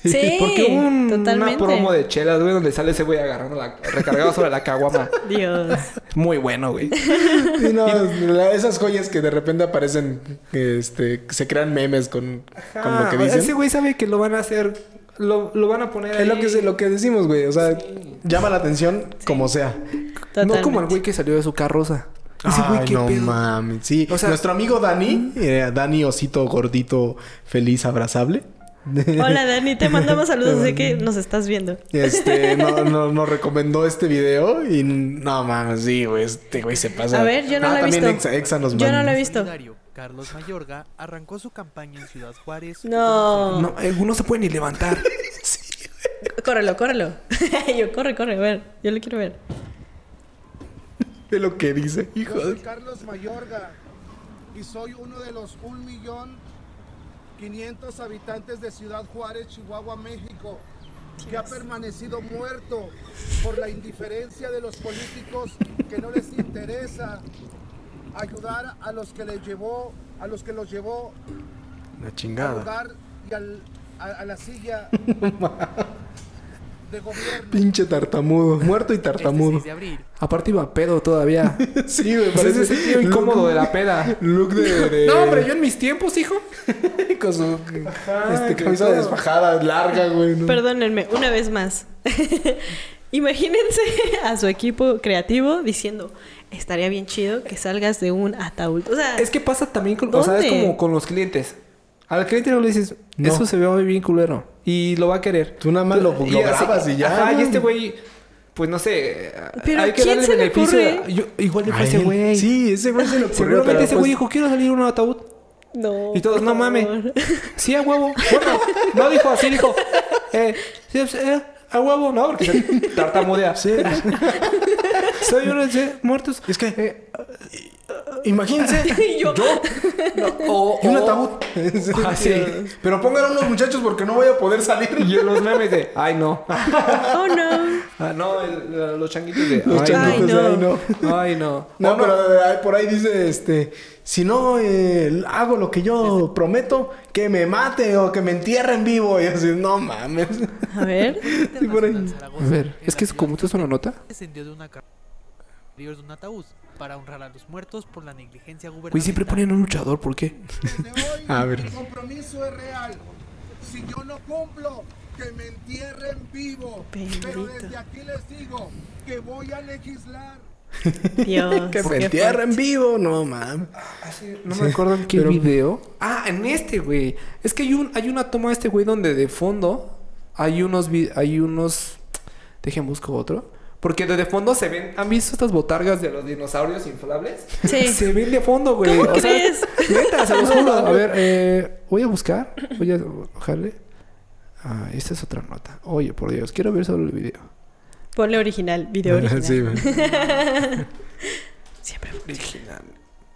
Speaker 3: Sí,
Speaker 1: Porque hubo un- una
Speaker 3: totalmente.
Speaker 1: promo de chelas, güey, donde sale ese güey agarrando la recargado sobre la caguama.
Speaker 3: Dios.
Speaker 1: Muy bueno, güey.
Speaker 2: Sí, no, la- esas joyas que de repente aparecen, que, este, que se crean memes con, con lo que
Speaker 1: Ah, Ese
Speaker 2: dicen.
Speaker 1: güey sabe que lo van a hacer, lo, lo van a poner ahí.
Speaker 2: Es lo que, se- lo que decimos, güey. O sea, llama la atención como sea.
Speaker 3: Totalmente.
Speaker 1: No como el güey que salió de su carroza. Ese güey,
Speaker 2: Ay,
Speaker 1: qué
Speaker 2: no
Speaker 1: pedo.
Speaker 2: mames. Sí,
Speaker 1: O sea-
Speaker 2: nuestro amigo Dani, eh, Dani Osito Gordito Feliz Abrazable.
Speaker 3: Hola, Dani, te mandamos saludos. Sé que nos estás viendo.
Speaker 2: Este, no, no, nos recomendó este video y no mames, sí, güey, este güey se pasa.
Speaker 3: A ver, yo no
Speaker 2: Ah,
Speaker 3: lo he
Speaker 2: también
Speaker 3: visto.
Speaker 2: Exa, Exa nos
Speaker 3: Yo no
Speaker 2: manda.
Speaker 3: lo he visto.
Speaker 8: solidario, Carlos Mayorga arrancó su campaña en Ciudad Juárez.
Speaker 3: No.
Speaker 1: No, eh, no se puede ni levantar.
Speaker 3: Córrelo, córrelo. Yo, corre, corre, a ver. Yo lo quiero ver.
Speaker 2: De lo que dice, hijo
Speaker 9: Yo soy
Speaker 2: de...
Speaker 9: Carlos Mayorga y soy uno de los 1.500.000 habitantes de Ciudad Juárez, Chihuahua, México, que ha permanecido muerto por la indiferencia de los políticos que no les interesa ayudar a los que les llevó, a los que los llevó
Speaker 2: La
Speaker 9: al
Speaker 2: chingada.
Speaker 9: lugar y al- a, a la silla de gobierno.
Speaker 2: Pinche tartamudo. Muerto y
Speaker 8: Este 6
Speaker 2: tartamudo.
Speaker 8: de abril,
Speaker 1: Aparte iba pedo todavía.
Speaker 2: Sí, güey,
Speaker 1: Pues
Speaker 2: parece
Speaker 1: ese tío incómodo de la peda. Eh.
Speaker 2: Look de. de-
Speaker 1: No, hombre, yo en mis tiempos, hijo.
Speaker 2: Con su. este,
Speaker 1: que
Speaker 2: camisa
Speaker 1: todo.
Speaker 2: desfajada, larga, güey. ¿no?
Speaker 3: Perdónenme, una vez más. Imagínense a su equipo creativo diciendo, estaría bien chido que salgas de un ataúd. O sea,
Speaker 1: Es que pasa también con, o sea, es
Speaker 3: ¿Dónde?
Speaker 1: como con los clientes. Al cliente no le dices, eso se ve muy bien culero. Y lo va a querer.
Speaker 2: Tú nada más lo, lo
Speaker 1: así-
Speaker 2: grabas y ya.
Speaker 1: Ajá,
Speaker 2: ¿no?
Speaker 1: y este güey, pues no sé.
Speaker 3: Pero
Speaker 1: hay que
Speaker 3: ¿quién
Speaker 1: darle
Speaker 3: se le
Speaker 1: beneficio.
Speaker 3: ocurre?
Speaker 1: a- yo- igual le
Speaker 2: A
Speaker 1: fue ese
Speaker 2: él.
Speaker 1: güey.
Speaker 2: Sí, ese güey se lo ocurrió.
Speaker 1: Seguramente
Speaker 2: pero
Speaker 1: ese güey
Speaker 2: pues-
Speaker 1: dijo, quiero salir en un ataúd.
Speaker 3: no.
Speaker 1: Y todos,
Speaker 3: por
Speaker 1: no mames.
Speaker 3: favor.
Speaker 1: Sí, a huevo. Bueno, no dijo así, dijo. Eh, sí, pues, eh, a huevo, no, porque se tartamudea.
Speaker 2: Sí.
Speaker 1: Soy uno de los muertos.
Speaker 2: Es que. imagínense.
Speaker 3: Y yo,
Speaker 1: Eh, No, o-
Speaker 2: Y un
Speaker 1: o-
Speaker 2: ataúd.
Speaker 1: Ah, sí.
Speaker 2: Pero pongan a unos muchachos porque no voy a poder salir.
Speaker 1: Y los memes de, ay no.
Speaker 3: oh no.
Speaker 1: Ah, no, el- los changuitos de,
Speaker 2: Los
Speaker 1: ay,
Speaker 2: changuitos de
Speaker 3: no.
Speaker 2: ahí no.
Speaker 1: no. Ay no.
Speaker 2: No, pero eh, por ahí dice, este, si no eh, hago lo que yo prometo, que me mate o que me entierren vivo. Y así, no mames.
Speaker 3: A ver.
Speaker 2: Y por ahí.
Speaker 8: Zaragoza,
Speaker 1: A ver,
Speaker 8: en
Speaker 1: es
Speaker 8: la
Speaker 1: que es
Speaker 8: ciudad
Speaker 1: como esto es una nota.
Speaker 8: descendió de una carroza interior de un ataúd para honrar a los muertos por la negligencia gubernamental.
Speaker 1: Güey, siempre ponen un luchador, ¿por qué?
Speaker 9: Desde hoy
Speaker 2: A ver.
Speaker 9: el compromiso es real. Si yo no cumplo, que me entierren vivo. Pero desde
Speaker 3: Bendito.
Speaker 9: aquí les digo que voy a legislar.
Speaker 3: Dios.
Speaker 2: Que me
Speaker 3: qué
Speaker 2: entierren vivo. No mames.
Speaker 1: No me acuerdo en qué video. Ah, en este, güey. Es que hay, un, hay una toma de este güey donde de fondo hay unos... vi- Hay unos... Dejen, busco otro. Porque de de fondo se ven... ¿Han visto estas botargas de los dinosaurios inflables?
Speaker 3: Sí.
Speaker 1: Se ven de fondo, güey.
Speaker 3: ¿Cómo
Speaker 1: O sea,
Speaker 3: crees?
Speaker 1: neta, se los juro. A ver, eh, voy a buscar. Voy a... Ojalá. Ah, esta es otra nota. Oye, por Dios, quiero ver solo el video.
Speaker 3: Ponle original, video original.
Speaker 2: Sí, güey.
Speaker 3: Siempre fue original.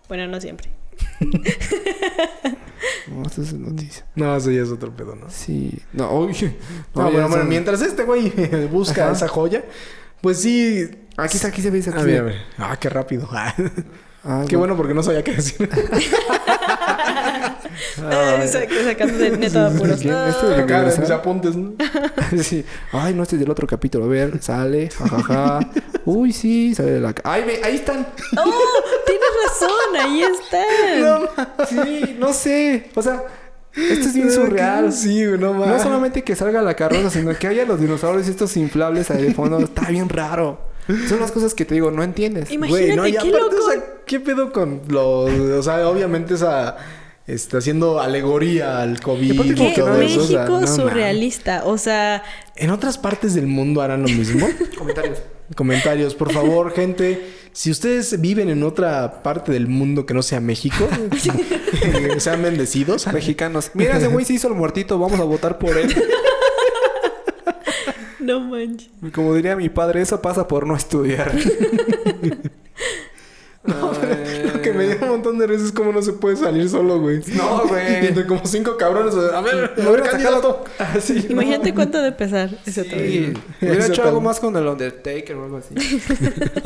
Speaker 3: Bueno, no siempre.
Speaker 1: No, esta es noticia.
Speaker 2: No, eso ya es otro pedo, ¿no?
Speaker 1: Sí. No, oye.
Speaker 2: No,
Speaker 1: Oye,
Speaker 2: bueno, bueno,
Speaker 1: son-
Speaker 2: mientras este güey busca
Speaker 1: Ajá.
Speaker 2: esa joya, pues sí.
Speaker 1: Ah, Aquí está, aquí se ve. Aquí
Speaker 2: A
Speaker 1: se
Speaker 2: ver, a
Speaker 1: ve.
Speaker 2: ver. Ah, qué rápido. Ah,
Speaker 1: Ah,
Speaker 2: qué
Speaker 1: no.
Speaker 2: bueno porque no sabía qué decir.
Speaker 3: Ah, sac- sacando de neto apuros.
Speaker 1: ¿Quién? Este de
Speaker 2: Acá en
Speaker 1: regresar.
Speaker 2: mis apuntes, ¿no?
Speaker 1: sí. Ay, no, este es del otro capítulo. A ver, sale. Jajaja. Uy, sí, sale de la. ca- Ay, ve, ahí están.
Speaker 3: ¡Oh! Tienes razón, ahí están.
Speaker 1: Sí, no sé. O sea, esto es bien surreal.
Speaker 2: Sí, güey, no
Speaker 1: No
Speaker 2: mames.
Speaker 1: solamente que salga la carroza, sino que haya los dinosaurios y estos inflables ahí de fondo. Está bien raro. Son las cosas que te digo, no entiendes.
Speaker 3: Imagínate,
Speaker 2: Güey, no, y
Speaker 3: qué
Speaker 2: aparte,
Speaker 3: loco.
Speaker 2: o sea, ¿qué pedo con los. O sea, obviamente esa. Está haciendo alegoría al COVID.
Speaker 1: aparte
Speaker 2: y
Speaker 1: como
Speaker 3: Qué
Speaker 1: que
Speaker 2: todo eso, o sea,
Speaker 3: México
Speaker 2: no mames.
Speaker 3: surrealista. O sea,
Speaker 2: ¿En otras partes del mundo harán lo mismo?
Speaker 1: Comentarios.
Speaker 2: Comentarios, por favor, gente. Si ustedes viven en otra parte del mundo que no sea México, eh, sean bendecidos.
Speaker 1: Mexicanos. Mira, ese güey se hizo el muertito. Vamos a votar por él.
Speaker 3: no manches.
Speaker 1: Y Como diría mi padre, eso pasa por no estudiar.
Speaker 2: No, pero lo que me dio un montón de veces es cómo no se puede salir solo, güey.
Speaker 1: No, güey.
Speaker 2: Y entre como cinco cabrones. A ver,
Speaker 1: Lo
Speaker 2: a ver,
Speaker 1: hubiera sacado.
Speaker 2: candidato.
Speaker 1: Así.
Speaker 3: Imagínate cuánto de pesar ese todavía.
Speaker 1: Ah, Sí. Hubiera
Speaker 2: Eso
Speaker 1: hecho algo
Speaker 2: también.
Speaker 1: más con el Undertaker o algo así.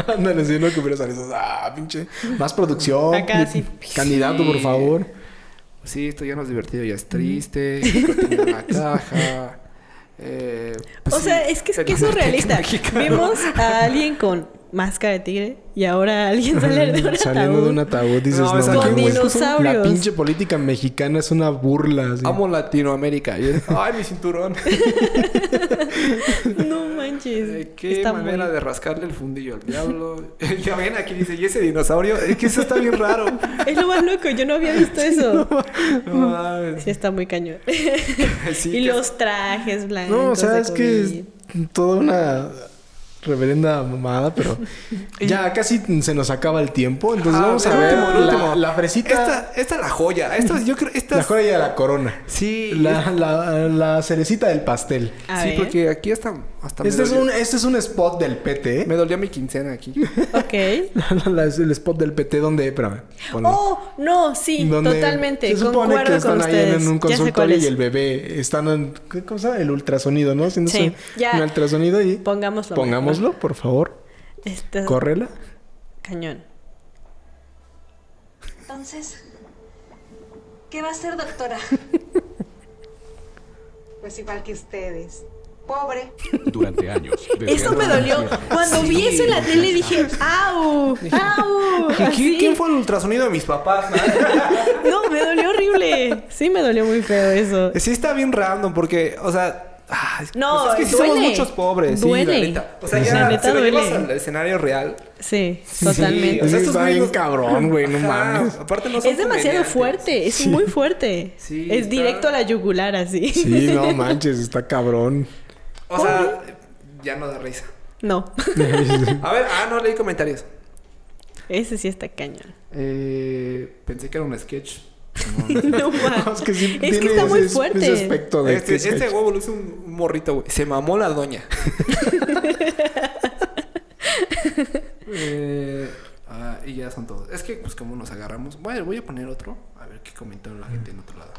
Speaker 2: Ándale, si no que hubiera salido. Ah, pinche. Más producción.
Speaker 3: Acá sí.
Speaker 2: Candidato, por favor.
Speaker 1: pues Sí, esto ya no es divertido, ya es triste. contenido en la caja. Eh, pues
Speaker 3: o
Speaker 1: sí,
Speaker 3: sea, es que es
Speaker 1: el
Speaker 3: que es
Speaker 1: Undertaker
Speaker 3: surrealista.
Speaker 1: mexicano.
Speaker 3: Vimos a alguien con máscara de tigre y ahora alguien sale de un
Speaker 2: Saliendo de un
Speaker 3: ataúd.
Speaker 2: ataúd, dices,
Speaker 1: No,
Speaker 2: no,
Speaker 1: es
Speaker 2: mames,
Speaker 1: aquí,
Speaker 2: güey.
Speaker 1: güey.
Speaker 3: Dinosaurios.
Speaker 2: La pinche política mexicana es una burla. así.
Speaker 1: Amo Latinoamérica. Y es, Ay, mi cinturón.
Speaker 3: No manches.
Speaker 1: Eh, Qué
Speaker 3: Está muy-
Speaker 1: manera de rascarle el fundillo al diablo. ya ven, aquí dice, ¿y ese dinosaurio? Es que eso está bien raro.
Speaker 3: Es lo más loco, yo no había visto eso.
Speaker 1: No mames.
Speaker 3: Sí, está muy cañón.
Speaker 1: Sí,
Speaker 3: y
Speaker 1: que-
Speaker 3: los trajes blancos.
Speaker 2: No, o sea,
Speaker 3: de
Speaker 2: es que es
Speaker 3: COVID.
Speaker 2: toda una reverenda mamada, pero ya casi se nos acaba el tiempo, entonces
Speaker 1: Ah,
Speaker 2: vamos a
Speaker 1: el
Speaker 2: ver
Speaker 1: último, el último.
Speaker 2: la, la fresita,
Speaker 1: Esta, esta es la joya. Esta, yo creo, esta
Speaker 2: la joya de la corona,
Speaker 1: Sí,
Speaker 2: la, la, la cerecita del pastel.
Speaker 3: A
Speaker 1: sí,
Speaker 3: ver.
Speaker 1: porque aquí hasta, hasta me,
Speaker 2: Este es,
Speaker 1: dolió,
Speaker 2: un, este es un spot del PT,
Speaker 1: me
Speaker 2: ¿eh?
Speaker 1: dolió mi quincena aquí.
Speaker 3: Ok.
Speaker 2: La- es el spot del PT donde, espérame, ponlo.
Speaker 3: Oh, no, sí,
Speaker 2: Donde
Speaker 3: totalmente.
Speaker 2: Se supone
Speaker 3: Concuerdo
Speaker 2: que están
Speaker 3: con
Speaker 2: ahí
Speaker 3: ustedes.
Speaker 2: en un
Speaker 3: ya sé cuál
Speaker 2: consultorio
Speaker 3: es.
Speaker 2: y el bebé están en, ¿qué cosa? El ultrasonido, ¿no? Haciéndose
Speaker 3: Sí, ya.
Speaker 2: un ultrasonido y
Speaker 3: Pongámoslo.
Speaker 2: pongámoslo, por favor,
Speaker 3: Este
Speaker 2: córrela.
Speaker 3: cañón.
Speaker 5: Entonces, ¿qué va a ser, doctora?
Speaker 10: Pues igual que ustedes. Pobre.
Speaker 4: Durante años.
Speaker 3: Eso me dolió. Cuando vi eso en la tele dije, ¡au! ¡au!
Speaker 1: ¿Qui-
Speaker 3: Así.
Speaker 1: ¿Quién fue el ultrasonido de mis papás?
Speaker 3: No, me dolió horrible. Sí, me dolió muy feo eso.
Speaker 1: Sí está bien random porque, o sea, ah, es-
Speaker 3: No,
Speaker 1: pues es que sí somos
Speaker 3: duele.
Speaker 1: muchos pobres, sí,
Speaker 3: Duele.
Speaker 1: la neta. O sea,
Speaker 3: La
Speaker 1: ya
Speaker 3: neta
Speaker 1: si lo llevas
Speaker 3: duele.
Speaker 1: al escenario real.
Speaker 3: Sí,
Speaker 1: o
Speaker 3: totalmente.
Speaker 1: sea,
Speaker 2: Sí,
Speaker 1: estos
Speaker 2: está bien
Speaker 1: güeyes-
Speaker 2: cabrón, güey, no
Speaker 1: Ajá,
Speaker 2: mames.
Speaker 1: Aparte no son
Speaker 3: Es demasiado
Speaker 1: comediantes.
Speaker 3: fuerte, es muy fuerte.
Speaker 1: Sí,
Speaker 3: es
Speaker 1: está-
Speaker 3: directo a la yugular así.
Speaker 2: Sí, no manches, está cabrón.
Speaker 1: O sea, ya no da risa.
Speaker 3: No,
Speaker 1: A ver, ah, no leí comentarios.
Speaker 3: ese sí está cañón.
Speaker 1: Eh, pensé que era un sketch.
Speaker 3: No ma.
Speaker 2: Es que sí
Speaker 3: Es que
Speaker 2: tiene
Speaker 3: está muy
Speaker 2: ese- Ese
Speaker 3: fuerte.
Speaker 2: aspecto de
Speaker 1: Este,
Speaker 2: que se-
Speaker 1: este huevo lo hizo un morrito, güey. Se mamó la doña. Eh, ah, y ya son todos. Es que, pues, como nos agarramos. Bueno, voy a poner otro. A ver qué comentó la gente en otro lado.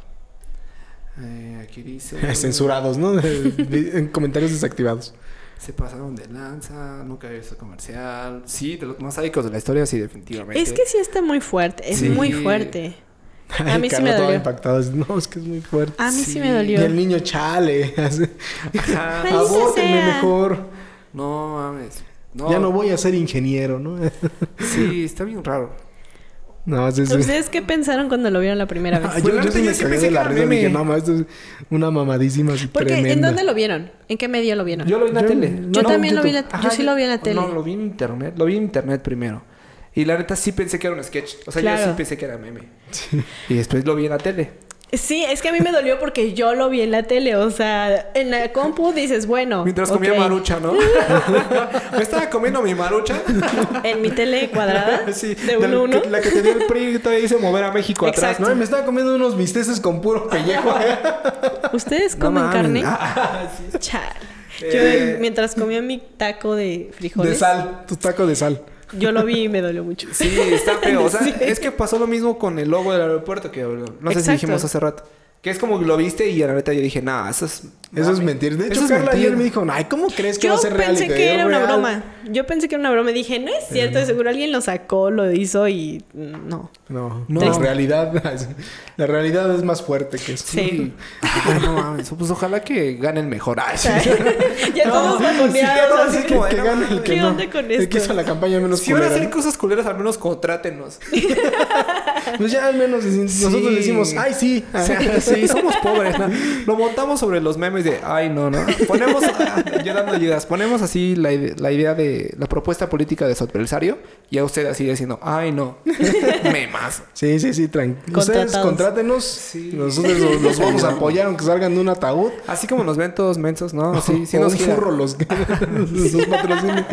Speaker 1: Eh, aquí dice.
Speaker 2: Censurados, ¿no? en comentarios desactivados.
Speaker 1: Se pasaron de lanza. Nunca había visto comercial. Sí, de los más sádicos de la historia, sí, definitivamente.
Speaker 3: Es que sí está muy fuerte, es
Speaker 1: Sí.
Speaker 3: muy fuerte. A mí sí me
Speaker 2: estaba
Speaker 3: dolió.
Speaker 2: impactado. No, es que es muy fuerte.
Speaker 3: A mí sí, me
Speaker 2: Y
Speaker 3: dolió.
Speaker 2: el niño chale.
Speaker 1: Ajá.
Speaker 3: Maldita
Speaker 2: Abórtenme
Speaker 3: Pues sea.
Speaker 2: mejor.
Speaker 1: No mames. No,
Speaker 2: Ya no voy a ser ingeniero, ¿no?
Speaker 1: Sí, está bien raro.
Speaker 2: no, es eso.
Speaker 3: ¿Ustedes qué pensaron cuando lo vieron Pues la primera
Speaker 2: Ah,
Speaker 3: vez?
Speaker 2: yo, yo
Speaker 1: Yo
Speaker 2: sí me
Speaker 1: sí
Speaker 2: cagué
Speaker 1: pensé
Speaker 2: de la
Speaker 1: que era
Speaker 2: risa. Dije,
Speaker 1: meme.
Speaker 2: no, ma, esto es una mamadísima así
Speaker 3: Porque ¿en
Speaker 2: tremenda.
Speaker 3: dónde lo vieron? ¿En qué medio lo vieron?
Speaker 1: Yo lo vi en la
Speaker 2: Yo-
Speaker 1: tele.
Speaker 2: yo
Speaker 3: Yo también lo vi en la-
Speaker 1: Ajá,
Speaker 3: yo sí lo vi en la tele.
Speaker 1: No, lo vi en internet. Lo vi en internet primero. Y la neta sí pensé que era un sketch. O sea, yo
Speaker 3: Claro.
Speaker 1: sí pensé que era meme. Y después lo vi en la tele.
Speaker 3: Sí, es que a mí me dolió porque yo lo vi en la tele, o sea, en la compu dices, bueno.
Speaker 1: Mientras
Speaker 3: Oh, ok.
Speaker 1: comía marucha, ¿no? Me estaba comiendo mi marucha.
Speaker 3: En mi tele cuadrada,
Speaker 1: Sí,
Speaker 3: de un
Speaker 1: del-
Speaker 3: uno.
Speaker 1: que- la que tenía el PRI todavía hizo mover a México atrás,
Speaker 3: Exacto.
Speaker 1: ¿no?
Speaker 2: No, me estaba comiendo unos bisteces con puro pellejo.
Speaker 3: ¿Ustedes
Speaker 2: No
Speaker 3: comen
Speaker 2: mames.
Speaker 3: carne?
Speaker 1: Ah, sí.
Speaker 3: Chale.
Speaker 1: Eh.
Speaker 3: Yo, mientras comía mi taco de frijoles,
Speaker 2: De sal, tu taco de sal.
Speaker 3: yo lo vi y me dolió mucho.
Speaker 1: Sí, está feo. O sea,
Speaker 3: Sí.
Speaker 1: es que pasó lo mismo con el logo del aeropuerto que no sé si
Speaker 3: Exacto.
Speaker 1: dijimos hace rato. Que es como lo viste y a la neta yo dije, nah, eso es.
Speaker 2: Eso es
Speaker 1: mami".
Speaker 2: mentir. De hecho,
Speaker 1: Eso es
Speaker 2: Carla
Speaker 1: mentira.
Speaker 2: ayer me dijo, ay, ¿cómo crees que va
Speaker 3: Yo
Speaker 2: a ser real? Y
Speaker 3: pensé
Speaker 2: te
Speaker 3: que
Speaker 2: digo,
Speaker 3: era una
Speaker 2: real.
Speaker 3: broma. Yo pensé que era una broma. Dije, no es cierto. de Seguro alguien lo sacó, lo hizo y mm, no.
Speaker 2: No,
Speaker 1: No.
Speaker 2: no. La realidad, la realidad es más fuerte que eso.
Speaker 3: Sí.
Speaker 1: Ah, no mames, pues ojalá que gane el mejor. Ay, sí.
Speaker 3: ya todos bajoneados.
Speaker 1: todos
Speaker 3: así
Speaker 1: así
Speaker 3: que-
Speaker 1: como-
Speaker 2: Que gane el que
Speaker 3: ¿Qué
Speaker 2: no.
Speaker 3: onda con
Speaker 2: El
Speaker 3: esto?
Speaker 2: que hizo la campaña menos
Speaker 1: Si van a
Speaker 2: culera,
Speaker 1: hacer
Speaker 2: ¿no?
Speaker 1: cosas culeras, al menos contrátenos.
Speaker 2: Pues ya al menos nosotros decimos, ay, sí.
Speaker 1: Sí, sí, somos pobres. ¿no? Lo montamos sobre los memes de, ay, no, no. Ponemos, ah, yo dando ayudas, ponemos así la, ide- la idea de la propuesta política de su adversario y a usted así diciendo, ay, no, memas.
Speaker 2: Sí, sí, sí, tranquilo. Ustedes
Speaker 3: Contratados.
Speaker 2: contrátenos. Nosotros los, los vamos a apoyar aunque salgan de un ataúd.
Speaker 1: Así como nos ven todos mensos, ¿no? Sí, sí
Speaker 2: o
Speaker 1: nos
Speaker 2: un
Speaker 1: gira.
Speaker 2: furro los, los patrocinios.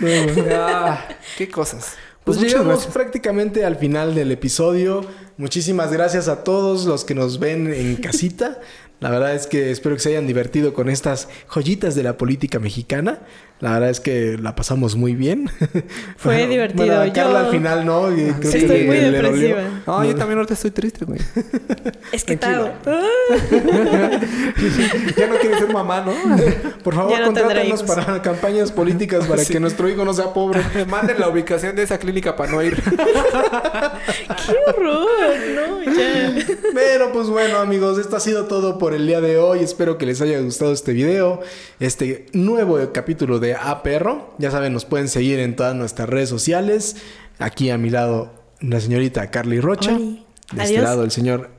Speaker 2: No, no.
Speaker 1: Ah, qué cosas.
Speaker 2: Pues,
Speaker 1: muchas
Speaker 2: llegamos
Speaker 1: gracias.
Speaker 2: prácticamente al final del episodio. Muchísimas gracias a todos los que nos ven en casita. La verdad es que espero que se hayan divertido con estas joyitas de la política mexicana. La verdad es que la pasamos muy bien.
Speaker 3: Fue divertido.
Speaker 2: Bueno, a
Speaker 3: Yo- Ah,
Speaker 2: Carla al final no. Y creo que
Speaker 3: Sí, estoy
Speaker 2: le-
Speaker 3: muy
Speaker 2: le
Speaker 3: depresiva.
Speaker 2: dolió.
Speaker 1: No, yo también ahorita estoy triste, güey.
Speaker 3: Es que
Speaker 1: Tranquilo.
Speaker 3: tal. Ah,
Speaker 1: ya no quiere ser mamá, ¿no?
Speaker 2: Por favor,
Speaker 3: Ya no tendrá
Speaker 2: contrátanos
Speaker 3: hijos.
Speaker 2: para campañas políticas para que nuestro hijo no sea pobre.
Speaker 1: Manden la ubicación de esa clínica para no ir.
Speaker 3: ¡Qué horror! No, ya.
Speaker 2: Pero pues bueno, amigos, esto ha sido todo por el día de hoy. Espero que les haya gustado este video, este nuevo capítulo de A Perro. Ya saben, nos pueden seguir en todas nuestras redes sociales. Aquí a mi lado, la señorita Carly Rocha.
Speaker 3: Oli.
Speaker 2: De este
Speaker 3: Adiós.
Speaker 2: lado, el señor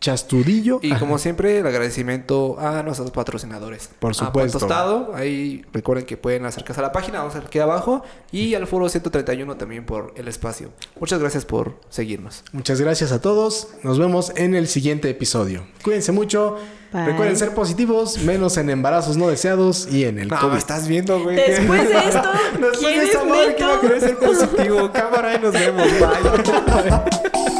Speaker 2: Chastudillo.
Speaker 1: Y como siempre, el agradecimiento a nuestros patrocinadores.
Speaker 2: Por supuesto.
Speaker 1: A Pan Tostado, ahí recuerden que pueden acercarse a la página, vamos a aquí abajo, y al Foro 131 también por el espacio. Muchas gracias por seguirnos.
Speaker 2: Muchas gracias a todos. Nos vemos en el siguiente episodio. Cuídense mucho.
Speaker 3: Bye.
Speaker 2: Recuerden ser positivos, menos en embarazos no deseados y en el
Speaker 1: No,
Speaker 2: COVID.
Speaker 1: me estás viendo, güey.
Speaker 3: Después de esto,
Speaker 1: Después
Speaker 3: ¿quién
Speaker 1: de
Speaker 3: es
Speaker 1: esta madre que iba a
Speaker 3: neto?
Speaker 1: querer ser positivo. Cámara y nos vemos. Bye.